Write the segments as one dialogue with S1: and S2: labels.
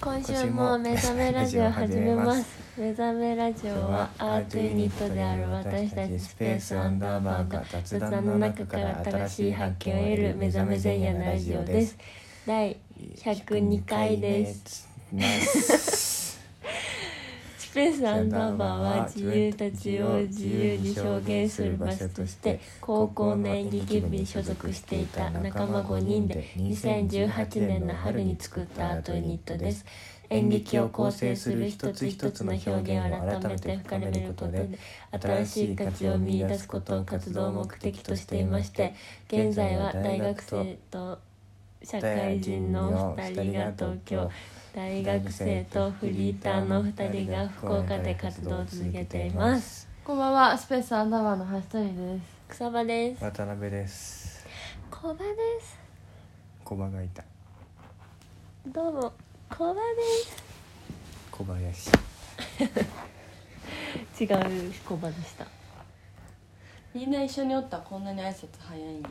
S1: 今週も目覚めラジオを始めます目覚めラジオはアートユニットである私たちスペースアンダーバーが雑談の中から新しい発見を得る目覚め前夜のラジオです第102回です
S2: す
S1: スペースアンダーバーは自由たちを自由に表現する場所として 高校の演劇部に所属していた仲間5人で2018年の春に作ったアートユニットです演劇を構成する一つ一つの表現を改めて深めることで新しい価値を見出すことを活動を目的としていまして現在は大学生と社会人の2人が東京大学生とフリーターの2人が福岡で活動を続けています
S3: こんばんは、スペースアンダーバーの橋谷です。
S1: 草場です
S2: 渡辺です
S1: 小場です
S2: 小林がいた
S1: どうも小場です
S2: 小林
S1: 違う小場でした
S3: みんな一緒におったらこんなに挨拶早いんや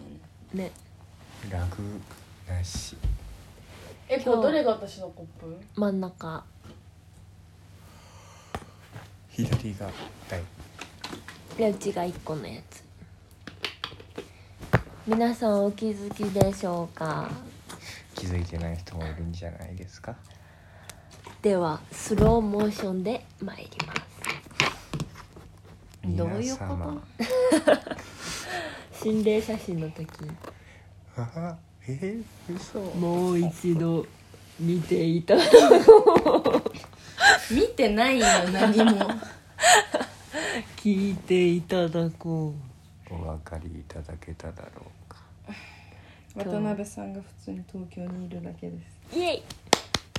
S3: ね。
S1: ね
S2: ラグなし
S3: え、
S1: これどれ
S3: が私のコップ
S1: 真ん中
S2: 左が大
S1: でうちが1個のやつ皆さんお気づきでしょうか
S2: 気づいてない人もいるんじゃないですか
S1: ではスローモーションで参りますどういうこと
S2: 皆様
S1: 心霊写真の時
S2: あえー、嘘
S1: もう一度見ていた
S3: 見てないよ、何 も。
S1: 聞いていただこう
S2: お分かりいただけただろうか
S3: 渡辺さんが普通に東京にいるだけです。
S1: イエイ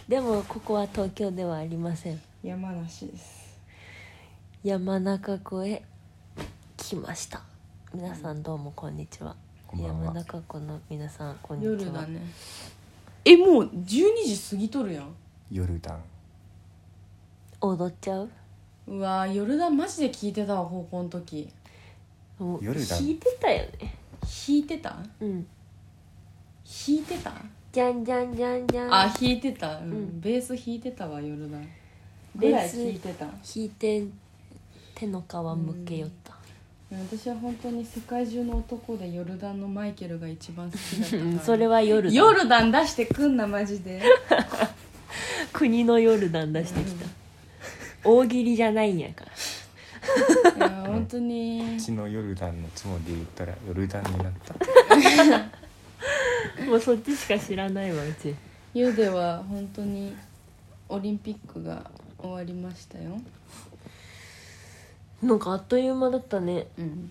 S1: でもここは東京ではありません
S3: 山梨です。
S1: 山中湖へ来ました皆さんどうもこんにちは
S2: こんばんは
S1: 山中湖の皆さんこんにち
S3: 夜
S1: は
S3: だね。え、もう12時過ぎとるやん。
S2: ヨルダン
S1: 踊っちゃう
S3: うわー、夜だマジで聞いてたわ、高校の時。
S1: もう
S2: 夜だ
S1: 弾いてたよね
S3: 弾いてた
S1: うん
S3: 弾いてた
S1: じゃんじゃんじゃんじゃん
S3: あ、弾いてた。うん。
S1: うん
S3: ベース弾いてたわ、夜だ。
S1: ベース
S3: ぐらい弾いてた。
S1: 弾いて手の皮むけよった
S3: 私は本当に世界中の男でヨルダンのマイケルが一番好きだったから
S1: それは夜だ
S3: ヨルダン出してくんなマジで
S1: 国の夜なん出してきた、大喜利じゃないんやから
S3: いや本当に
S2: うちのヨルダンのつもりで言ったらヨルダンになった
S1: もうそっちしか知らないわうち
S3: ユでは本当にオリンピックが終わりましたよ
S1: なんかあっという間だったね
S3: うん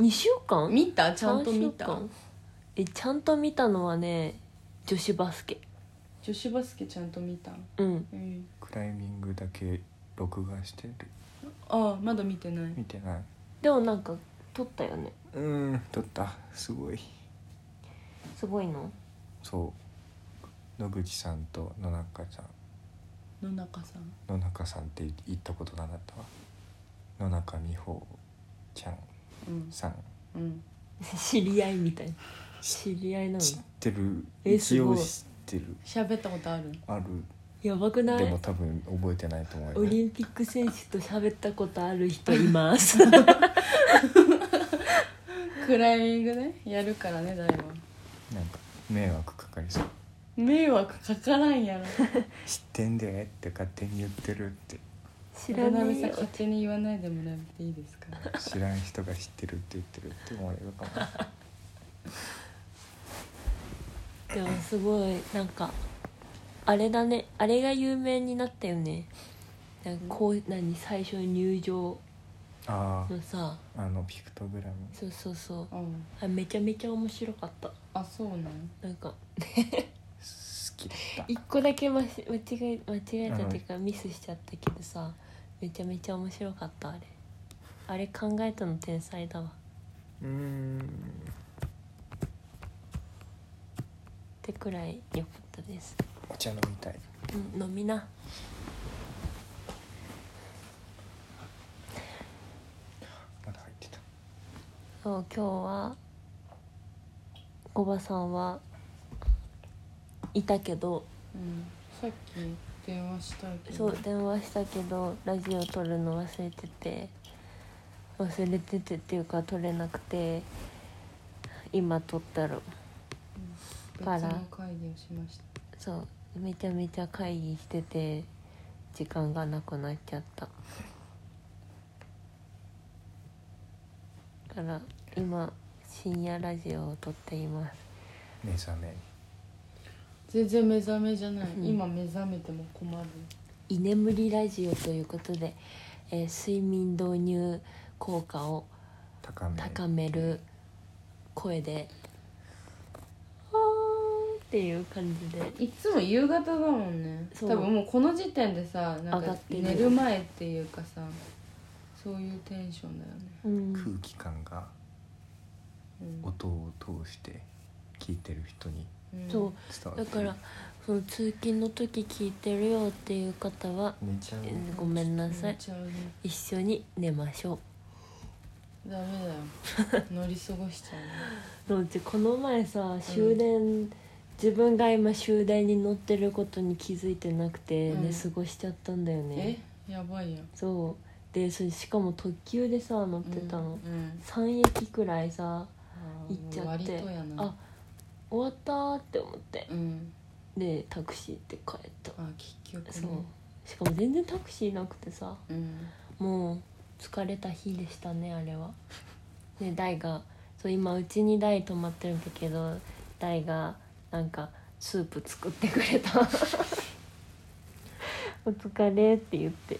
S1: 2週間
S3: 見たちゃんと見
S1: 3週
S3: た
S1: 間えちゃんと見たのはね女子バスケ
S3: 女子バスケちゃんと見た
S1: うん
S3: うん
S2: クライミングだけ録画してる
S3: ああまだ見てない
S2: 見てない
S1: でもなんか撮ったよね
S2: うん撮ったすごい
S1: すごいの
S2: そう野口さんと野中さん
S3: 野中さん
S2: 野中さんって言ったことなかったわ野中美穂ちゃん
S3: うん
S2: さん
S3: うん
S1: 知り合いみたいな知り合いなの
S2: 知ってる
S1: えす
S2: 一
S1: ご
S2: 応
S1: い
S2: 知ってる
S3: 喋ったことある
S2: ある
S1: やばくな
S2: でも
S1: い
S2: 多分覚えてないと思う
S1: オ
S2: よ
S1: リンピック選手と喋ったことある人います
S3: クライミングねやるからねだいぶ
S2: なんか迷惑かかりそう
S3: 迷惑かからん やろ
S2: 知ってんでって勝手に言ってるって
S1: 知
S3: 渡
S1: らな
S3: 辺
S1: い
S3: さ
S1: よ
S3: ん勝手に言わないでもらっていいですか
S2: 知らん人が知ってるって言ってるって思われるか も
S1: でもすごいなんかあれだねあれが有名になったよねなんかこう何最初入場
S2: あ
S1: のさ
S2: ああのピクトグラム
S1: そうそうそう
S3: うん
S1: あめちゃめちゃ面白かった
S3: あそうなん
S1: なんか
S2: 好きだった
S1: 一個だけ間し間違え間違えたっていうかミスしちゃったけどさめちゃめちゃ面白かったあれあれ考えたの天才だわ
S2: うーん
S1: ってくらい良かったです、
S2: お茶飲みたい
S1: うん、飲みな
S2: まだ入ってた
S1: そう今日はおばさんはいたけど
S3: うんさっき電話したけど
S1: そう電話したけどラジオ撮るの忘れてて忘れててっていうか撮れなくて今撮ったろ
S3: 別
S1: から
S3: の会議をしました
S1: そうめちゃめちゃ会議してて時間がなくなっちゃっただから今深夜ラジオを撮っています
S2: 目覚め
S3: 全然目覚めじゃない、
S1: うん
S3: 今目覚めても困る
S1: 居眠りラジオということで、えー睡眠導入効果を
S2: 高め
S1: 高める声で「あー」っていう感じで
S3: いつも夕方だもんね
S1: そ
S3: 多
S1: う
S3: 分もうこの時点でさな
S1: 上が
S3: んか
S1: ってる
S3: 寝る前っていうかさそういうテンションだよね、
S1: うん
S2: 空気感が
S3: うん
S2: 音を通して聞いてる人に
S3: うん
S1: そう
S2: 伝わって
S1: だ
S2: る
S1: からその通勤の時聞いてるよっていう方は、
S2: 寝ちゃう
S1: えーごめんなさ
S3: 寝
S1: い
S3: ちゃうね
S1: 一緒に寝ましょ
S3: ダメだよ乗り過ごしちゃうね
S1: ううちこの前さ終電、自分が今終電に乗ってることに気づいてなくて
S3: うん
S1: 寝過ごしちゃったんだよ ね、
S3: えやばいやん
S1: そうでそれしかも特急でさ乗ってたの、
S3: うんうん
S1: 3駅くらいさ
S3: あー
S1: 行っちゃって
S3: もう割とやな
S1: あ終わったーって思って
S3: うん
S1: でタクシーって帰った
S3: あ結局ね
S1: そうしかも全然タクシーなくてさ
S3: うん
S1: もう疲れた日でしたねあれはで大がそう今うちに大泊まってるんだけど大がなんかスープ作ってくれた お疲れって言って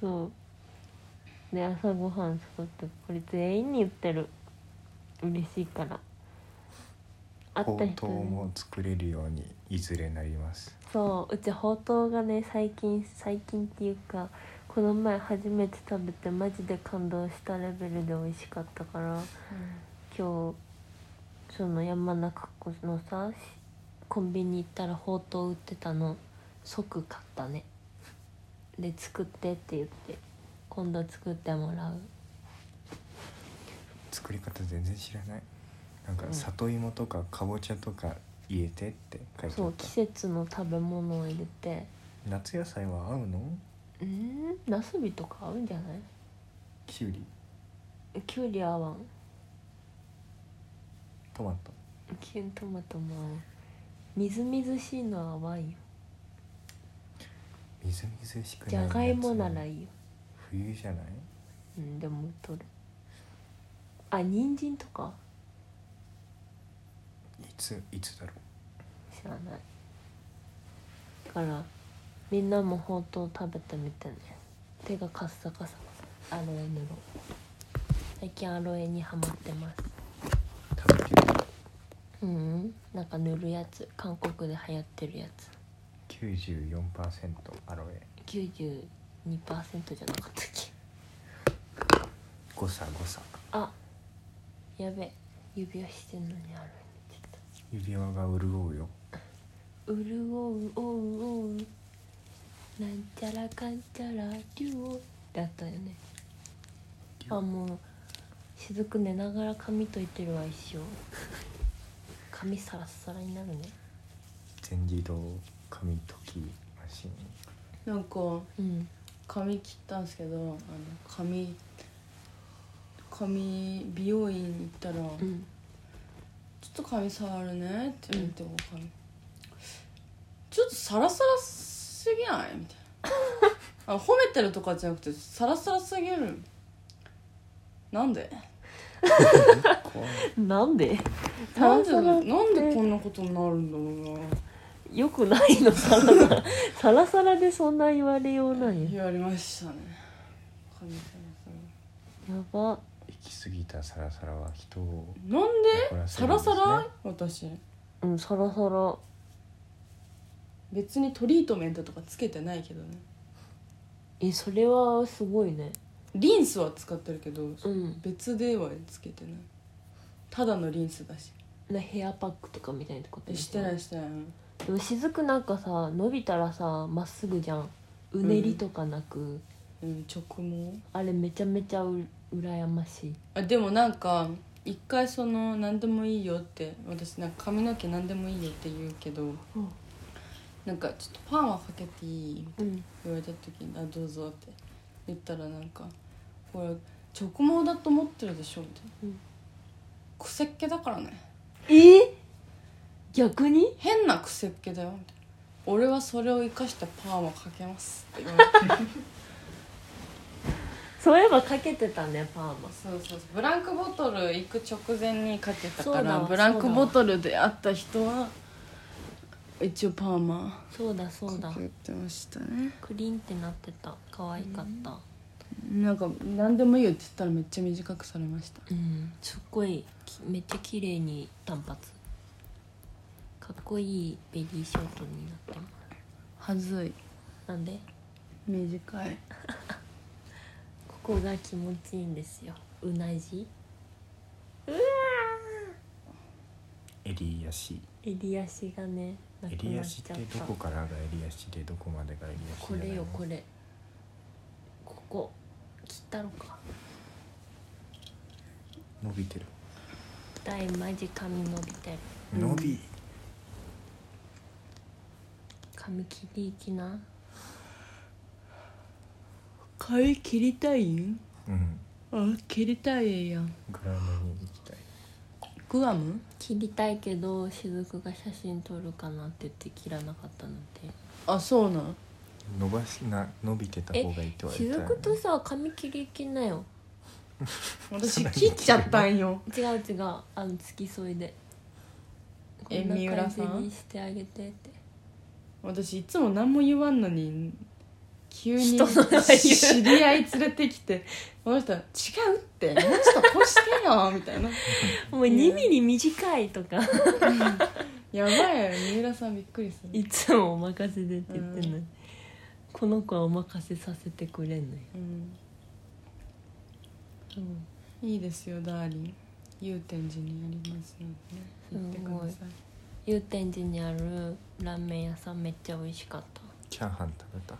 S1: そうで朝ごはん作ってこれ全員に言ってる嬉しいから会
S2: ほ
S1: った
S2: う
S1: 人
S2: とうも作れるようにいずれなります
S1: そううちほうとうがね最近最近っていうかこの前初めて食べてマジで感動したレベルで美味しかったから今日その山中湖のさしコンビニ行ったらほうとう売ってたの即買ったねで作ってって言って今度作ってもらう
S2: 作り方全然知らないなんか
S1: うん
S2: 里芋とかかぼちゃとか入れてって書いてあ
S1: そう
S2: っ
S1: 季節の食べ物を入れて
S2: た夏野菜は合うの
S1: うんなすびとか合うんじゃない
S2: きゅうり
S1: きゅうり合わん
S2: トマト
S1: キュントマトもみずみずしいのは甘いよ
S2: みずみずしくない
S1: じゃがいもなら
S2: 夏
S1: いいよ、
S2: 冬じゃない
S1: うん、でも取るあ人参とか
S2: いついつだろ
S1: 知らないだからみんなもほうとう食べてみてね手がカッサカサアロエ塗ろう最近アロエにハマってます
S2: う食べきる
S1: うんなんか塗るやつ韓国で流行ってるやつ
S2: 94%アロエ
S1: 92%じゃなかったっけ
S2: 誤差誤差
S1: あやべ指輪してんのにあるちょっ
S2: 指輪が潤うよ
S1: とうるおうおうおうなんちゃらかんちゃらりゅうだったよねあもう雫寝ながら髪といてるわ 一生髪サラッサラになるね
S2: 全自動髪ときマシン
S3: なんか
S1: うん
S3: 髪切ったんですけどあの髪髪美容院に行ったら「
S1: う
S3: ちょ
S1: ん
S3: っと髪触るね」って言って、こう髪ちょっとサラサラすぎない?」みたい なあ褒めてるとかじゃなくてサラサラすぎるなんで
S2: 怖い
S1: なんで
S3: なんで
S1: サラサラって
S3: なんでこんなことになるんだろうな
S1: よくないのサラサラサラサラでそんな言われようないや
S3: 言われましたね神様
S1: ば
S2: 行き過ぎたサラサラは人を
S3: さんなん
S2: 怒ら
S3: で
S2: せ
S3: サ
S2: るんで
S3: ラ
S2: すね
S3: サラ私
S1: うんサラサラ
S3: 別にトリートメントとかつけてないけどね
S1: えそれはすごいね
S3: リンスは使ってるけど
S1: うん
S3: 別ではつけてないただのリンスだし
S1: なヘアパックとかみたいなこと
S3: え
S1: でしょ
S3: してないしてない
S1: でも雫なんかさ伸びたらさまっすぐじゃんうねりとかなく、
S3: うん直毛
S1: あれめちゃめちゃう羨ましい
S3: あでもなんか一回その何でもいいよって私なんか髪の毛何でもいいよって言うけど
S1: う
S3: なんか「ちょっとパンはかけていい?」
S1: うん
S3: 言われた時に「あどうぞ」って言ったらなんか「これチョコモだと思ってるでしょ」みたいな「
S1: うん
S3: くせっ気だからね
S1: え逆に
S3: 変なくせっ気だよ」みたいな「俺はそれを生かしたパンはかけます」って言われて
S1: そういえばかけてたねパーマ
S3: そうそうそうブランクボトル行く直前にかけた
S1: そ
S3: か
S1: うだ
S3: ら
S1: わ
S3: ブランクボトルで会った人は一応パーマ
S1: そうだそうだ
S3: かけてましたね
S1: クリンってなってた可愛かった
S3: なんか何でもいいよって言ったらめっちゃ短くされました
S1: うん、すっごいきめっちゃ綺麗に短髪かっこいいベリーショートになってま
S3: はずい
S1: すなんで
S3: 短い
S1: ここが気持ちいいんですようなじ
S2: 襟足
S1: 襟足がねなく
S2: 襟
S1: なっ
S2: 足っ
S1: ち
S2: て
S1: ゃっ
S2: ど
S1: た
S2: こからが襟足でどこまでが襟足
S1: これよこ
S2: れ
S1: れここ切ったろか
S2: 伸びてる
S1: 大マジ髪伸びてる
S2: 伸び
S1: 髪切りいきな
S3: 髪切りたいん
S2: うん
S3: あ切りたいやん
S2: グラムに行きたい
S3: グアム
S1: 切りたいけど雫が写真撮るかなって言って切らなかったので
S3: あそうなん
S2: 伸ばしな伸びてた方がいいとは言って
S1: 雫とさ髪切りいきなよ
S3: 私切っちゃったんよ
S1: 違う違うあの付き添いでこ
S3: え
S1: ん
S3: 三
S1: な
S3: 浦
S1: 感
S3: さ
S1: じ
S3: ん
S1: にしてあげてって
S3: 私いつも何も言わんのに急に
S1: 人の名前言う
S3: 知り合い連れてきてこの人は「違うってもうちょっとこうして よ」みたいな
S1: もう2ミリ短いとか
S3: やばいよ三浦さんびっくりする
S1: いつもお任せでって言ってんのに、この子はお任せさせてくれんのよ、
S3: うんいいですよダーリン祐天寺にありますのでね行ってください
S1: 祐天寺にあるラーメン屋さんめっちゃ美味しかった
S2: チャーハン食べた
S1: う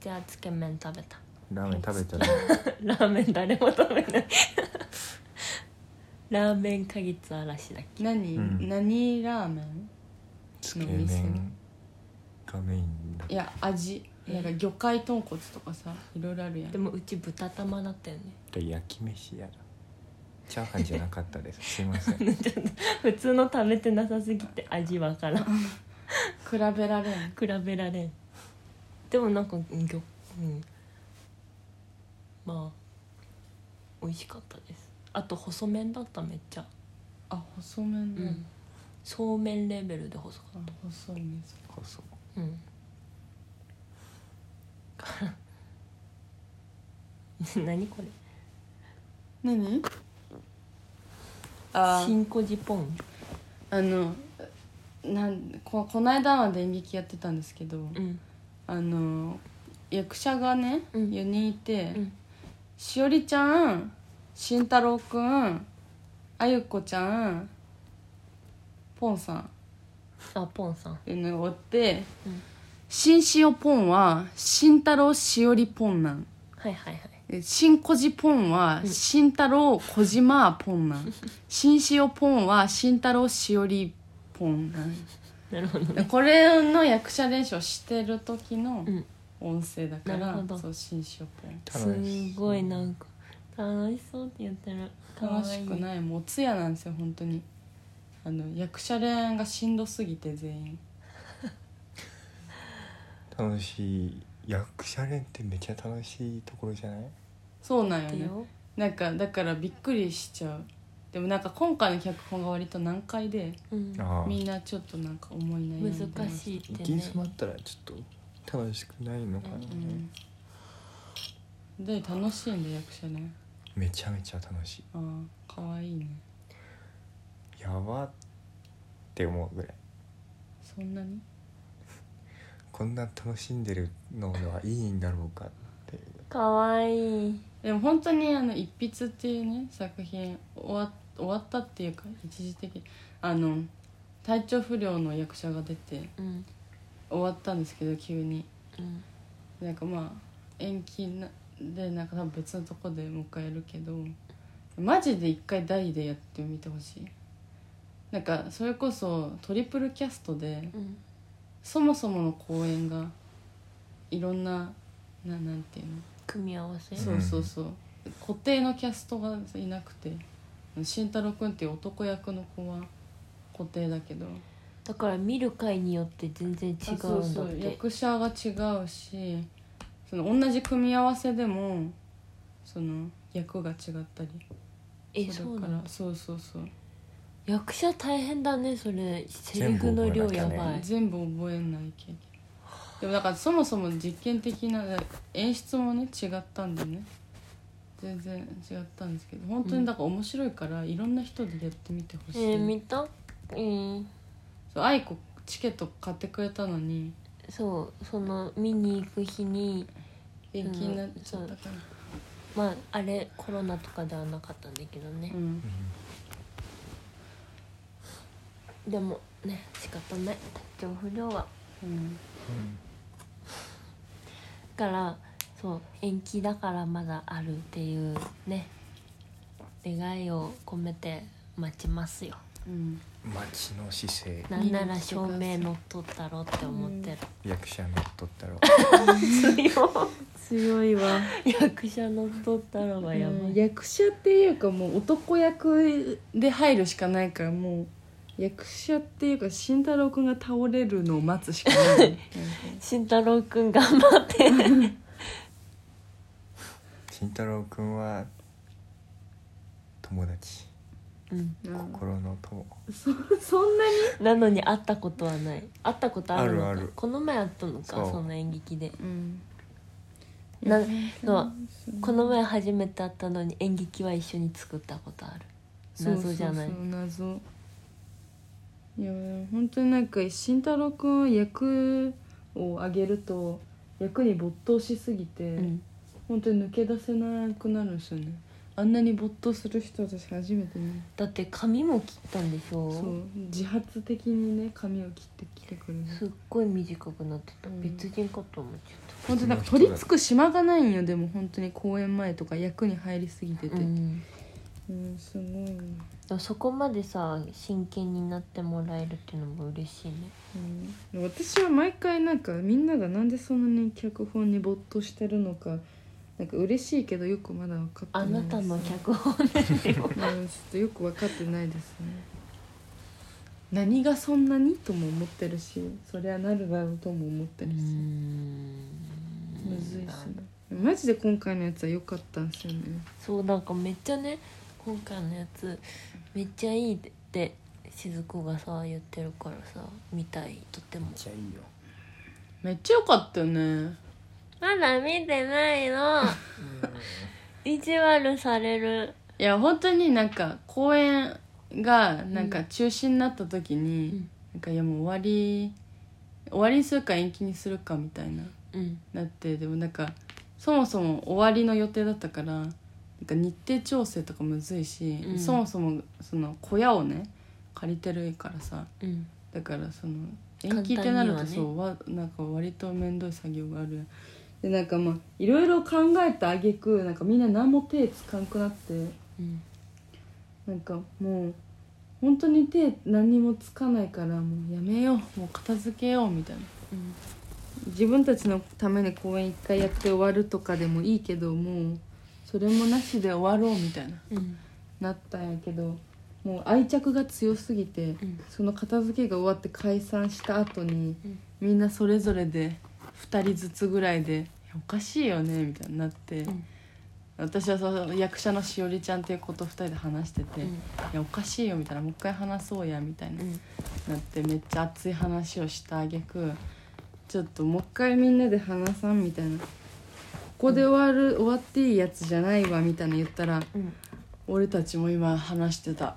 S1: ちはつけ麺食べた
S2: ラーメン食べたら
S1: ラーメン誰も食べない ラーメン花月嵐だっけ
S3: 何、
S2: うん
S3: 何ラーメン
S2: つけ麺がメインだ
S3: いや味なんか魚介豚骨とかさいろいろあるやん
S1: でもうち豚玉だったよね
S2: で焼き飯やらチャーハンじゃなかったですすいません
S1: 普通の食べてなさすぎて味わからん
S3: 比べられん
S1: 比べられんでもなんかうんぎょうんまあ美味しかったですあと細麺だっためっちゃ
S3: あ細麺
S1: う
S3: だ、
S1: んそうめんレベルで細かっ
S3: あ細麺
S2: こそ
S1: たうんから 何これ
S3: 何あ
S1: 新こじポン
S3: あのなんここの間まで演劇やってたんですけど、
S1: うん
S3: あの役者がね、
S1: うん
S3: 4人いて、
S1: うん
S3: しおりちゃん慎太郎くんあゆこちゃんポンさん
S1: あポンさん
S3: っていうのがおって、
S1: うん
S3: 新しおぽんは慎太郎しおりぽんなん
S1: はいはいはい
S3: で新こじぽんは慎太郎小島ぽん なん新しおぽんは慎太郎しおりぽんなん
S1: なるほど
S3: でこれの役者練習をしてる時の
S1: うん
S3: 音声だから、
S1: なるほど
S3: そう新しおぽん
S1: すごいなんか楽しそうって言ってるかわ
S3: 楽し
S1: いい
S3: くないもう通夜なんですよ本当にあの役者連がしんどすぎて全員
S2: 楽しい役者連ってめっちゃ楽しいところじゃない
S3: そうなんよ
S1: って
S3: ね
S1: よ
S3: なんかだからびっくりしちゃうでもなんか今回の脚本が割と難解で
S1: うん
S2: ああ
S3: み
S2: 行
S3: んなちょっとなんか思い悩んでます
S1: 難しいってね
S2: き詰まったらちょっと楽しくないのかな、
S3: うん、で楽しいんで役者連
S2: めちゃめちゃ楽しい
S3: ああかわいいね
S2: やばって思うぐらい
S3: そんなに
S2: こんな楽しんでるのはいいんだろうかっていう
S1: かわいい
S3: でも本当にあの一筆っていうね作品終わ終わったっていうか一時的あの体調不良の役者が出て
S1: うん
S3: 終わったんですけど急に
S1: うん
S3: なんかまあ延期なでなんか多分別のとこでもう一回やるけどマジで一回大でやってみてほしいなんかそれこそトリプルキャストで
S1: うん
S3: そもそもの公演がいろんなななんていうの
S1: 組み合わせ
S2: ん
S3: そうそうそう、固定のキャストがいなくて慎太郎君っていう男役の子は固定だけど
S1: だから見る回によって全然違うんだって
S3: そうそう役者が違うしその同じ組み合わせでもその役が違ったり
S1: えそうな
S3: だか
S1: の
S3: らそうそうそう
S1: 役者大変だねそれセリフの量やばい、
S3: 全部覚えないきゃいけないでもだからそもそも実験的な演出もね違ったんでね全然違ったんですけど本当にだから面白いから、いろんな人でやってみてほ
S1: え
S3: しい、
S1: ー、見たうん
S3: そう愛子チケット買ってくれたのに
S1: そうその見に行く日に
S3: 延期になっちゃったから、
S1: まああれコロナとかではなかったんだけどね
S3: う、ん、
S1: でもね仕方ない体調不良は
S3: うん、
S1: だからそう延期だからまだあるっていうね願いを込めて待ちますよ
S3: うん、
S2: 町の姿勢
S1: なんなら照明乗っとったろって思ってる、
S2: 役者のと ったろ
S1: 強
S3: 強いわ、
S1: い 役者乗っとったらはやばい、
S3: 役者っていうかもう男役で入るしかないからもう役者っていうか慎太郎くんが倒れるのを待つしかない
S1: 慎太郎くん頑張って
S2: 慎太郎くんは友達
S1: うん
S3: なんか
S2: 心の友
S3: そんなに
S1: なのに会ったことはない会ったことあるのか
S2: あるある
S1: この前会ったのか
S2: そう
S1: その演劇で
S3: うん
S1: なそうこの前初めて会ったのに演劇は一緒に作ったことある謎じゃない
S3: そうそう謎いや本当になんか慎太郎くんは役をあげると役に没頭しすぎて、
S1: うん
S3: 本当に抜け出せなくなるんですよねあんなに没頭する人私初めてね
S1: だって髪も切ったんでしょ
S3: そう自発的にね髪を切ってきてくるの
S1: すっごい短くなってた、
S3: うん
S1: 別人かと思っちゃっ
S3: 本当になんか取り付く島がないんよでも本当に公演前とか役に入りすぎて
S1: た、
S3: て
S1: うん、
S3: うんすごいね、
S1: でもそこまでさ真剣になってもらえるっていうのも嬉しいね
S3: うん、私は毎回なんかみんながなんでそんなに脚本に没頭してるのかなんか嬉しいけどよくまだ分かって
S1: あ
S3: ないです
S1: なたの脚本ですよ
S3: うんちょっとよく分かってないですね何がそんなにとも思ってるしそりゃなるだろうとも思ってるし、むずいしねマジで今回のやつは良かったんですよね
S1: そうなんかめっちゃね今回のやつめっちゃいいって静子がさ言ってるからさ見たいとても
S2: めっちゃいいよ
S3: めっちゃ良かったよね
S1: まだ見てないの意地悪される
S3: いや本当になんか公演がなんか中止になった時に、
S1: うん
S3: なんかいやもう終わり終わりにするか延期にするかみたいな
S1: うん
S3: なってでもなんかそもそも終わりの予定だったからなんか日程調整とかむずいし、
S1: うん
S3: そもそもその小屋をね借りてるからさ
S1: うん
S3: だからその
S1: 簡単
S3: 延期ってなる
S1: に
S3: と
S1: はね
S3: そうわなんか割と面倒い作業があるでなんかまあいろいろ考えた挙句なんかみんな何も手つかんくなって
S1: うん
S3: なんかもう本当に手何にもつかないからもうやめようもう片付けようみたいな
S1: うん
S3: 自分たちのために公演一回やって終わるとかでもいいけどもうそれもなしで終わろうみたいな
S1: うん
S3: なったんやけどもう愛着が強すぎて、
S1: ん
S3: その片付けが終わって解散した後に、
S1: うん
S3: みんなそれぞれで2人ずつぐらいでいや「おかしいよね」みたいになって、
S1: ん
S3: 私はその役者のしおりちゃんっていう子と2人で話してて「
S1: うん
S3: いやおかしいよ」みたいな「もう一回話そうや」みたいな
S1: う、ん
S3: なってめっちゃ熱い話をした挙句ちょっともう一回みんなで話さんみたいなここで終わる、終わっていいやつじゃないわみたいな言ったら
S1: うん
S3: 俺たちも今話してた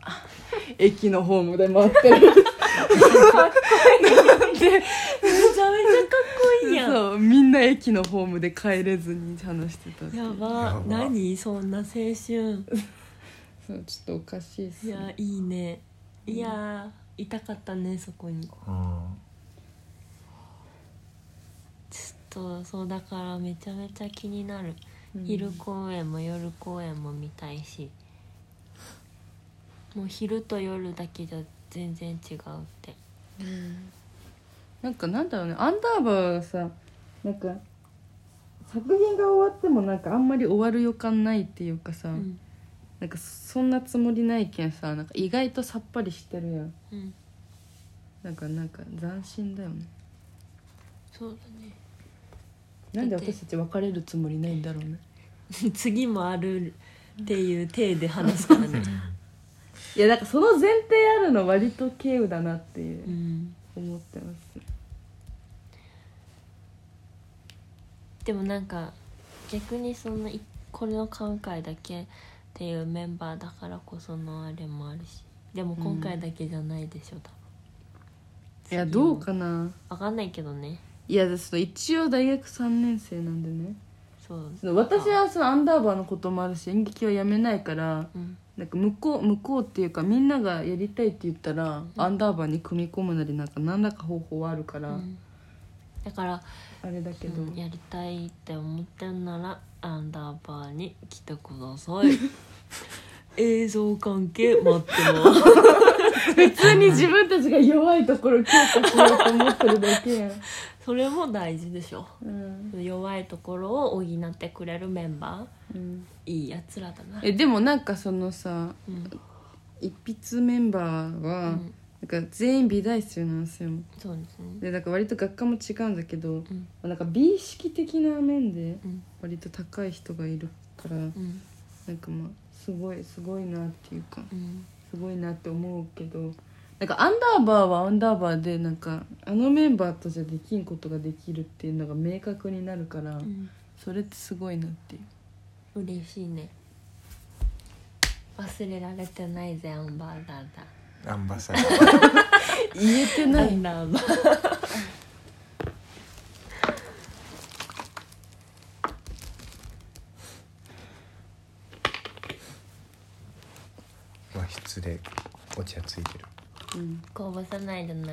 S3: 駅のホームで待ってる
S1: めちゃめちゃかっこいいやん
S3: そうみんな駅のホームで帰れずに話してたっていう
S1: や
S2: や
S1: ば
S2: ば
S1: 何そんな青春
S3: そうちょっとおかしいっす
S1: いやいいねいやー痛かったねそこにちょ
S2: うん
S1: っとそうだからめちゃめちゃ気になる、
S3: うん
S1: 昼公演も夜公演も見たいしもう昼と夜だけじゃ全然違うって
S3: うんなんかなんだろうねアンダーバーがさなんか作品が終わってもなんかあんまり終わる予感ないっていうかさ、
S1: うん
S3: なんかそんなつもりないけんさなんか意外とさっぱりしてるやん
S1: うん
S3: なんかなんか斬新だよね
S1: そう
S3: なんで
S1: だって
S3: 私たち別れるつもりないんだろうね
S1: だね 次もあるっていう体で話すから ね、、
S3: いやなんかその前提あるの割と軽有だなっていううん思ってます
S1: でもなんか逆にそのいこれの今回だけっていうメンバーだからこそのあれもあるしでも今回だけじゃないでしょ、多
S3: いやどうかな
S1: 分分かんないけどね
S3: いやその一応大学3年生なんでね
S1: そう
S3: その私はそのアンダーバーのこともあるし演劇はやめないから
S1: うん
S3: なんか向こう向こうっていうかみんながやりたいって言ったら、アンダーバーに組み込むなりなんか何らか方法はあるから、
S1: うんだから、
S3: あれだけ
S1: う
S3: ど、
S1: んやりたいって思ってんならアンダーバーに来てくださ い映像関係待ってます
S3: 普通に自分たちが弱いところ強化しようと思ってるだけやん、
S1: それも大事でしょ
S3: うん
S1: 弱いところを補ってくれるメンバ
S3: うん、
S1: ーいいやつらだな
S3: えでもなんかそのさ
S1: うん、
S3: 一筆メンバー
S1: う
S3: は、
S1: ん
S3: なんか全員美大生なんですよ
S1: そうですね
S3: でなんか割と学科も違うんだけど、
S1: うん
S3: なんか美意識的な面で
S1: うん
S3: 割と高い人がいるから、
S1: うん
S3: なんかまあすごいすごいなっていうか
S1: うん
S3: すごいなって思うけどなんかアンダーバーはアンダーバーでなんかあのメンバーとじゃできんことができるっていうのが明確になるから、
S1: うん
S3: それってすごいなっていう
S1: 嬉しいね忘れられてないぜアンバーダーだ
S2: アンバサダー
S3: 言えてな
S1: ア
S3: い
S1: ンダーバー
S2: 和室でお茶ついてる
S3: うん、
S1: こぼさないでな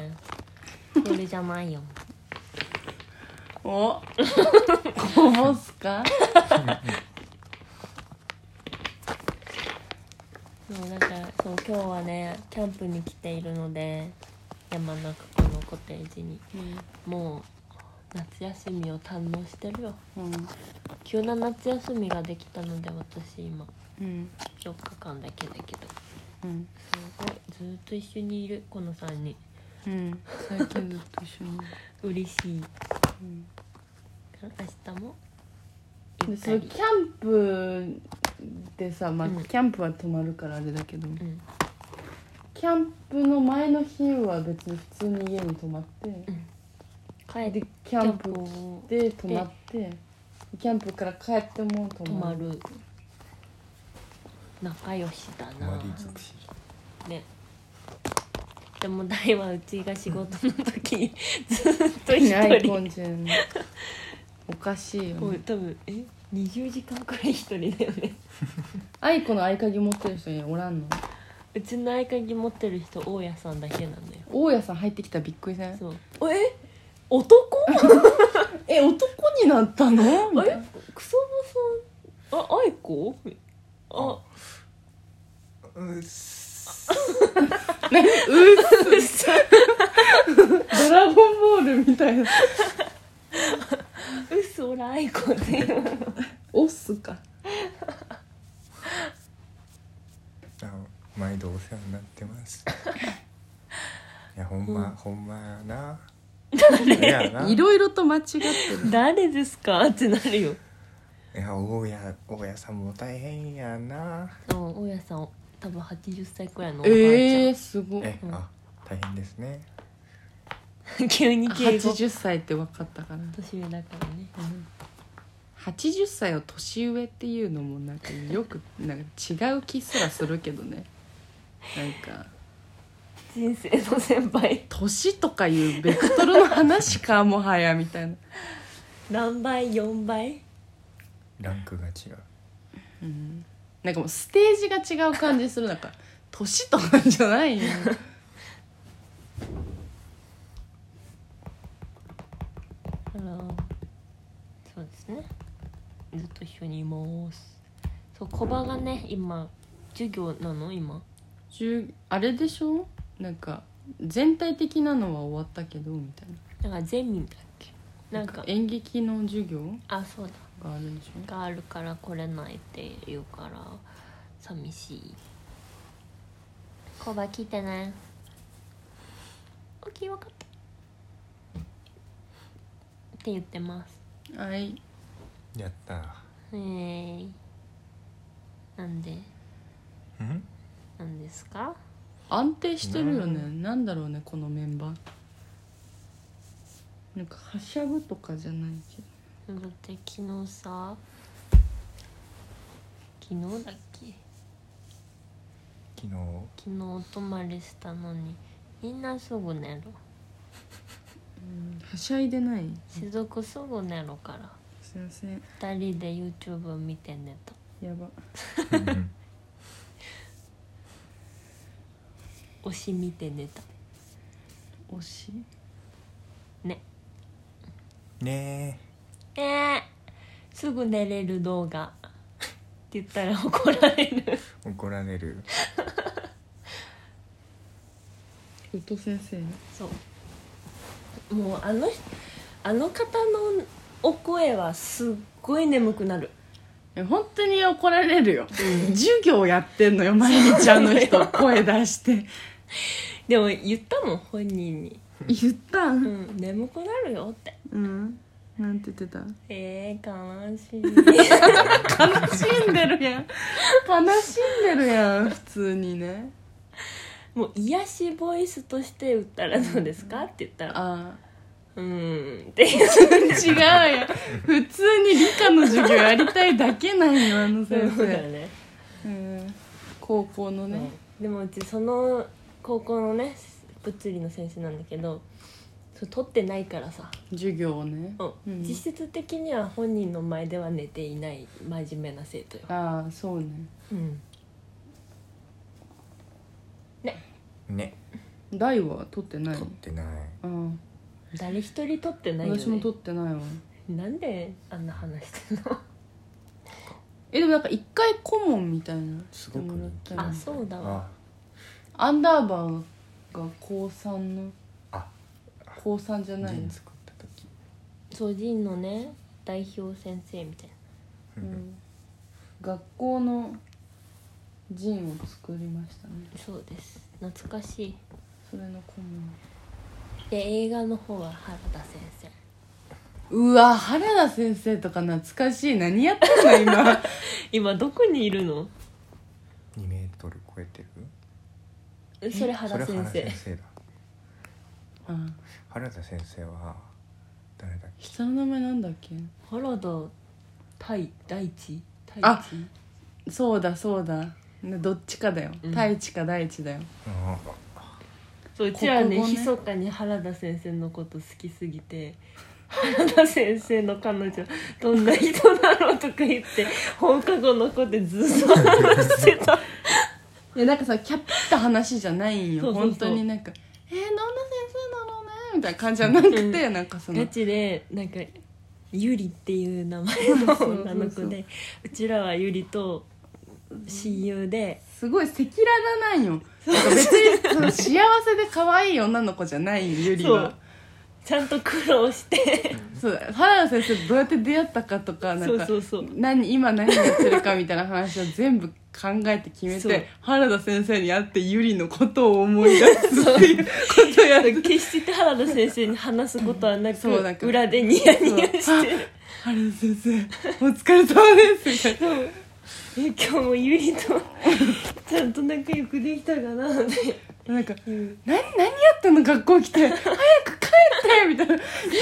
S1: これじゃないよ
S3: おこぼすか
S1: そうだからそう今日はねキャンプに来ているので山中湖のコテージにもう夏休みを堪能してるよ
S3: うん
S1: 急な夏休みができたので私今
S3: うん
S1: 4日間だけだけど
S3: うん
S1: すごいずーっと一緒にいるこの3人
S3: うん最近ずっと一緒に、
S1: 嬉しい
S3: うん
S1: 明日も行
S3: で
S1: っ
S3: そ
S1: た
S3: の
S1: り
S3: キャンプでさ、まあ
S1: うん
S3: キャンプは泊まるからあれだけど、
S1: うん
S3: キャンプの前の日は別に普通に家に泊まって、
S1: 帰って
S3: でキ
S1: キャ
S3: ャン
S1: ンプ
S3: プ
S1: を
S3: で泊まってキャンプから帰っても泊
S1: 泊
S3: ま
S1: ま
S3: る
S1: る仲良しだ
S2: マ
S1: な
S2: リー尽くし
S1: ねでも大はうちが仕事の時 にずっと一
S3: アイ
S1: 人
S3: コン中におかしいよ、
S1: もう
S3: ね、
S1: 多分え20時間くらい一人だよね
S3: アイコの合鍵持ってる人におらんの
S1: うちの合鍵持ってる人大家さんだけなんだよ
S3: 大家さん入ってきたらびっくりせん
S1: そうえ男
S3: え男になったのみたい
S1: え
S3: な
S1: クソボさんあ愛子あ
S2: うっす
S3: うっすドラゴンボールみたいな
S1: うっそら愛子っていう
S3: オスか
S2: あ毎度お世話になっ てますいやほんま、ほんまやな誰
S3: いろいろと間違ってる
S1: 誰ですかってなるよ
S2: いや大家大家さんも大変やな
S1: うん大家さん多分80歳くらいのおばあちゃん、
S3: えー、すごい
S2: え、あ大変ですね
S1: 急に敬語
S3: 80歳って分かったから、
S1: 年上だからね
S3: 80歳を年上っていうのもなんかよくなんか違う気すらするけどねなんか
S1: 人生の先輩
S3: 年とかいうベクトルの話かもはやみたいな、
S1: 何倍4倍
S2: ランクが違う
S3: うん、なんかもうステージが違う感じするなんか年とかじゃないよ
S1: あらそうですねずっと一緒にいますそう小バがね今授業なの今
S3: じゅあれでしょなんか全体的なのは終わったけどみたいな
S1: だからゼミだっけなんか
S3: 演劇の授業
S1: あそうだ
S3: があるんでしょ
S1: があるから来れないって言うから寂しいコバ聞いてね大きいわかったって言ってます
S3: はい
S2: やった
S1: へえー、なんで
S2: うん
S1: なんですか
S3: 安定してるよね、なんだろうねこのメンバーなんかはしゃぐとかじゃないけど
S1: だって昨日さ昨日だっけ
S2: 昨日
S1: 昨日お泊まりしたのにみんなすぐ寝る
S3: はしゃいでない
S1: しずくすぐ寝るから
S3: すいません
S1: 二人で YouTube 見て寝た
S3: やば
S2: うん
S1: 推し見て寝た
S3: 推し
S1: ね
S2: ね
S1: えー、すぐ寝れる動画って言ったら怒られる
S2: え怒られる
S3: ウト先生
S1: そうもうあの人あの方のお声はすっごい眠くなる
S3: え本当に怒られるよ授業やってんのよ毎日あの人声出して
S1: でも言ったもん本人に
S3: 言った
S1: 「うんん眠くなるよ」って
S3: うんなんて言ってた
S1: えー、悲しい
S3: 悲しんでるやん悲しんでるやん普通にね
S1: もう癒しボイスとして打ったらどうですかって言ったら
S3: ああ
S1: 「うーん」って言
S3: 違うや普通に理科の授業やりたいだけなんよあの先
S1: うだ
S3: 生、
S1: ね
S3: うん、高校のね、
S1: でもうちその高校のね物理の先生なんだけどそれ取ってないからさ、
S3: 授業をね、
S1: うん
S3: うん
S1: 実質的には本人の前では寝ていない真面目な生徒よ、
S3: ああそうね
S1: うん、
S2: ね
S3: 大は取ってない
S2: 取ってない
S3: ああ
S1: 誰一人取ってないよ、ね、
S3: 私も取ってないわ
S1: なんであんな話してんの
S3: えでもなんか一回顧問みたいな
S2: すごく
S3: もらっ
S2: 人
S3: た
S2: 気
S3: よ
S1: あそうだわ
S2: あ
S3: アンダーバーが高3の
S2: あ
S3: 高3じゃない
S2: 人
S3: の
S2: 作った時
S1: 個人のね代表先生みたいな
S3: うん、学校の陣を作りましたね
S1: そうです懐かしい
S3: それの顧問
S1: で映画の方は原田先生
S3: うわ原田先生とか懐かしい何やってん の今
S1: 今どこにいるの
S2: 2メートル超えてる
S1: それ
S2: それ
S1: 原
S2: 原
S1: 先生
S2: 先生だ
S3: あ
S2: 原田先生は誰だっ
S3: 下の名前なんだっけ
S1: 原田太大地太
S3: あ
S1: 一
S3: そうだそうだねどっちかだよ、
S1: うん
S3: 太一か大地だよ
S2: けあ
S1: そううちらね
S3: 国語ね
S1: 密かに原田先生のこと好きすぎて 原田先生の彼女どんな人だろうとか言って放課後の子でずっと話してた
S3: いやなんかさキャピった話じゃないんよ
S1: そうそうそう
S3: 本当になんか「えー、どんな先生なのね」みたいな感じじゃなくて、
S1: う
S3: なんかそ
S1: ガ
S3: の
S1: チでなんかゆりっていう名前の女の子
S3: そうそうそう
S1: でうちらはゆりと親友で。
S3: すごい赤裸々なんよなんか別にその幸せで可愛い女の子じゃないんよゆり
S1: そ
S3: は
S1: うちゃんと苦労して
S3: そう原田先生どうやって出会ったかとかなんか
S1: そうそうそう
S3: 何今何やってるかみたいな話を全部考えて決め
S1: そう
S3: て原田先生に会ってゆりのことを思い出すっていうことをやって
S1: 決して原田先生に話すことはなく
S3: そうなんか
S1: 裏でニヤニヤしてる
S3: 原田先生お疲れ様ですみたいな
S1: そうえ今日もゆりと ちゃんと仲良くできたかなって
S3: なんか
S1: いう
S3: 何何やってんの学校来て早く帰ってみたいなゆりの元に行って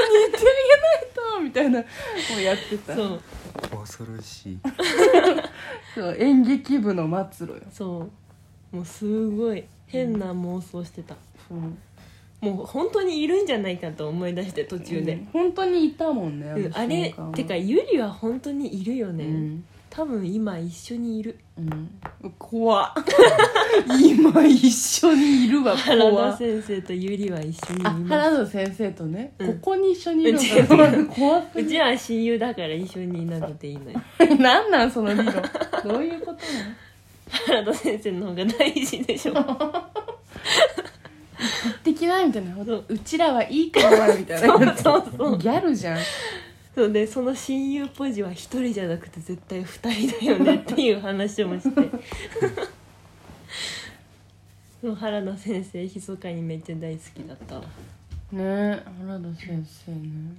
S3: あげないとみたいなもうやってた
S1: そう
S2: あ恐ろしい
S3: そう演劇部の末路よ、
S1: そうもうすごい変な妄想してた、
S3: うん、
S1: もう本当にいるんじゃないかと思い出して途中で、
S3: 本当にいたもんね
S1: うんあれてか
S3: い
S1: ゆりは本当にいるよね、
S3: うん
S1: 多分今一緒にいる
S3: うん、怖っ今一緒にいるわ
S1: 原
S3: 怖
S1: 田
S3: っ
S1: 先生とゆりは一緒にい
S3: あ
S1: ます
S3: 原田先生とね、
S1: うん
S3: ここに一緒にいるのが
S1: うち
S3: まず怖す
S1: う
S3: ぎ
S1: ち
S3: る
S1: らは親友だから一緒にいなくていいのよ
S3: 何なんその理論 どういうことなの
S1: 原田先生の方が大事でしょ
S3: できないみたいなうちらはいい子だよみたい な
S1: そうそう
S3: ギャルじゃん
S1: そうでその親友ポジは一人じゃなくて絶対二人だよねっていう話もして でも原田先生密かにめっちゃ大好きだったわ
S3: ね原田先生ね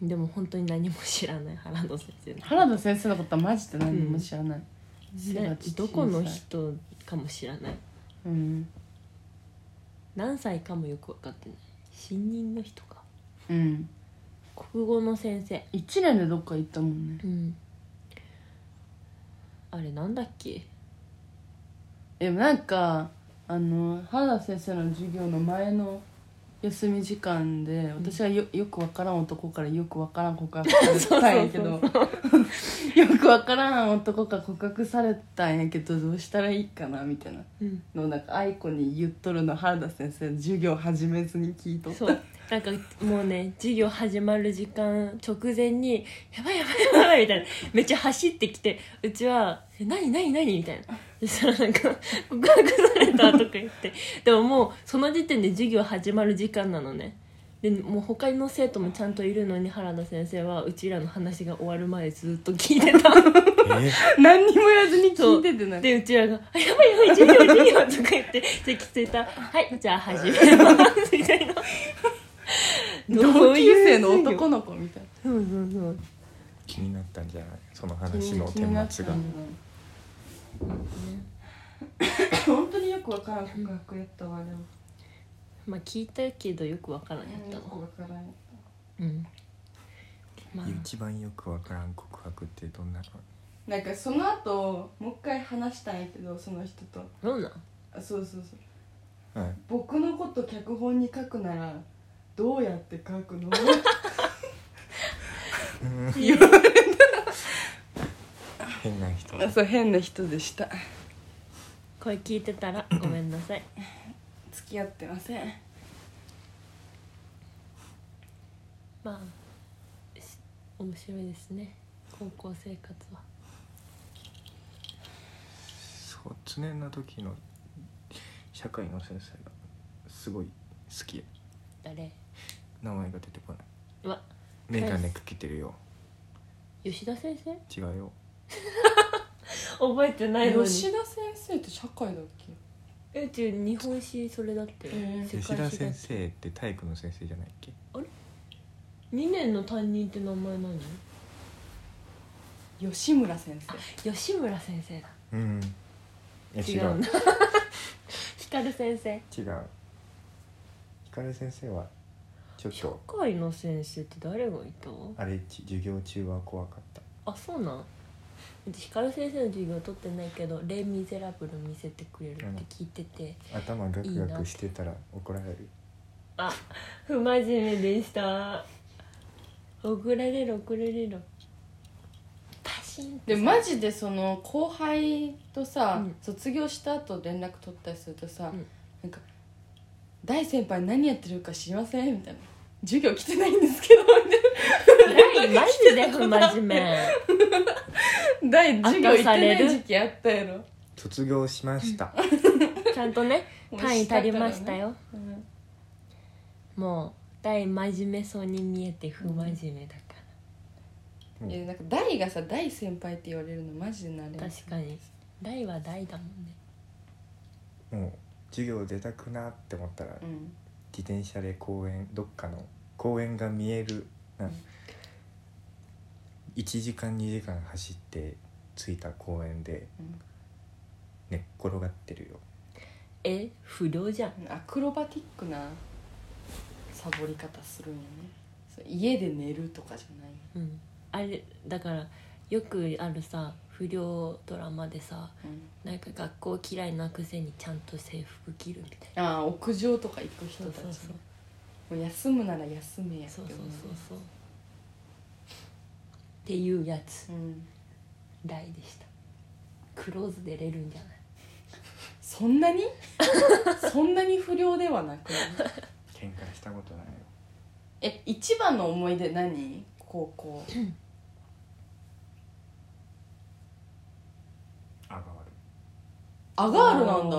S1: でも本当に何も知らない原田先生
S3: 原田先生のことはマジで何も知らない、背が
S1: ね
S3: 小さい
S1: どこの人かも知らない
S3: うん
S1: 何歳かもよく分かってない新任の人か
S3: うん
S1: 国語の先生
S3: 1年でどっか行ったもんね
S1: うんあれなんだっけ
S3: でもなんかあの原田先生の授業の前の休み時間で私はよよくわからん男からよくわからん告白されたんやけど よくわからん男から告白されたんやけどどうしたらいいかなみたいな
S1: うん
S3: のをなんか愛子に言っとるの原田先生授業始めずに聞いとった
S1: そうなんかもうね授業始まる時間直前に「やばいやばいやばい」みたいなめっちゃ走ってきてうちは「え何何何?」みたいなそしたらなんか「告白された」とか言ってでももうその時点で授業始まる時間なのねでもう他の生徒もちゃんといるのに原田先生はうちらの話が終わるまでずっと聞いて た
S2: え
S3: 何にも言わずに聞いててな
S1: でうちらが「あやばいやばい授業授業」とか言って席ついた「はいじゃあ始めます」みたいな
S3: 同級生の
S1: どういう授業
S3: 男の子みたいな
S1: そうそうそう
S2: 気になったんじゃないその話の顛末が
S3: 本当によくわからん告白やったわでも
S1: まあ聞いたけどよくわからんやった
S3: よく
S1: の
S3: わからん
S1: うんまあ
S2: 一番よくわからん告白ってどんなの
S3: なんかその後もう一回話したんやけどその人と
S1: そうなん
S3: あそうそうそう
S2: はい
S3: 僕のこと脚本に書くならどうやって書くの
S2: 変な人
S3: そう変な人でした
S1: これ聞いてたらごめんなさい
S3: 付き合ってません
S1: まあし面白いですね高校生活は
S2: 卒年の時の社会の先生がすごい好きや
S1: 誰
S2: 名前が出てこないう
S1: わ
S2: メガネかけてるよ
S1: 吉田先生
S2: 違うよ
S1: 覚えてないのに
S3: 吉田先生って社会だっけ
S1: えうち日本史それだって、
S3: えー
S2: 吉田先生って体育の先生じゃないっけ
S1: 2年の担任って名前何
S3: 吉村先生
S1: 吉村先生だ
S2: うんえ違
S1: 違う
S2: う
S1: な 光先生
S2: 違う光先生はちょっ
S1: 社
S2: と
S1: 会の先生って誰がいた
S2: あれっち授業中は怖かった
S1: あそうなんうち光先生の授業取ってないけど「レ・ミゼラブル」見せてくれるって聞いてて、
S2: 頭ガクガクしてたら怒られる
S1: あ不真面目でした送られる送られるパシンって
S3: でマジでその後輩とさ、
S1: うん
S3: 卒業した後連絡取ったりするとさ、
S1: うん
S3: なんか「大先輩何やってるか知りません?」みたいな「授業来てないんですけど」み
S1: ないマジで不真面目
S3: たいな「大授業行ってな
S1: 後される
S3: い時期あったやろ
S2: 卒業しました
S1: ちゃんとね
S3: もう
S1: 単位足りましたよ」
S3: うん
S1: もう大真面目そうに見えて不真面目だか
S2: うん
S3: いやなんか大がさ「大先輩」って言われるのマジでなれん
S1: ら、確かに大は大だもんね
S2: もう授業出たくなって思ったら
S3: うん、
S2: 自転車で公園どっかの公園が見えるなん
S3: うん
S2: 1時間2時間走って着いた公園で
S3: うん
S2: 寝っ転がってるよ
S1: え不良じゃん
S3: アクロバティックなサボり方するんよねそう家で寝るとかじゃない
S1: うん、あれだからよくあるさ不良ドラマでさ
S3: うん
S1: なんか学校嫌いなくせにちゃんと制服着るみたい
S3: ああ屋上とか行く人
S1: なそう
S3: たち
S1: そうそう
S3: ねもう休むなら休めやって
S1: そうそう
S3: 思う
S1: そうそうっていうやつ
S3: うん、
S1: 大でしたクローズ出れるんじゃない
S3: そんなに そんなに不良ではなくない
S2: 喧嘩したことないよ
S3: え一番の思い出何高校
S2: あがわ
S3: アガールなんだ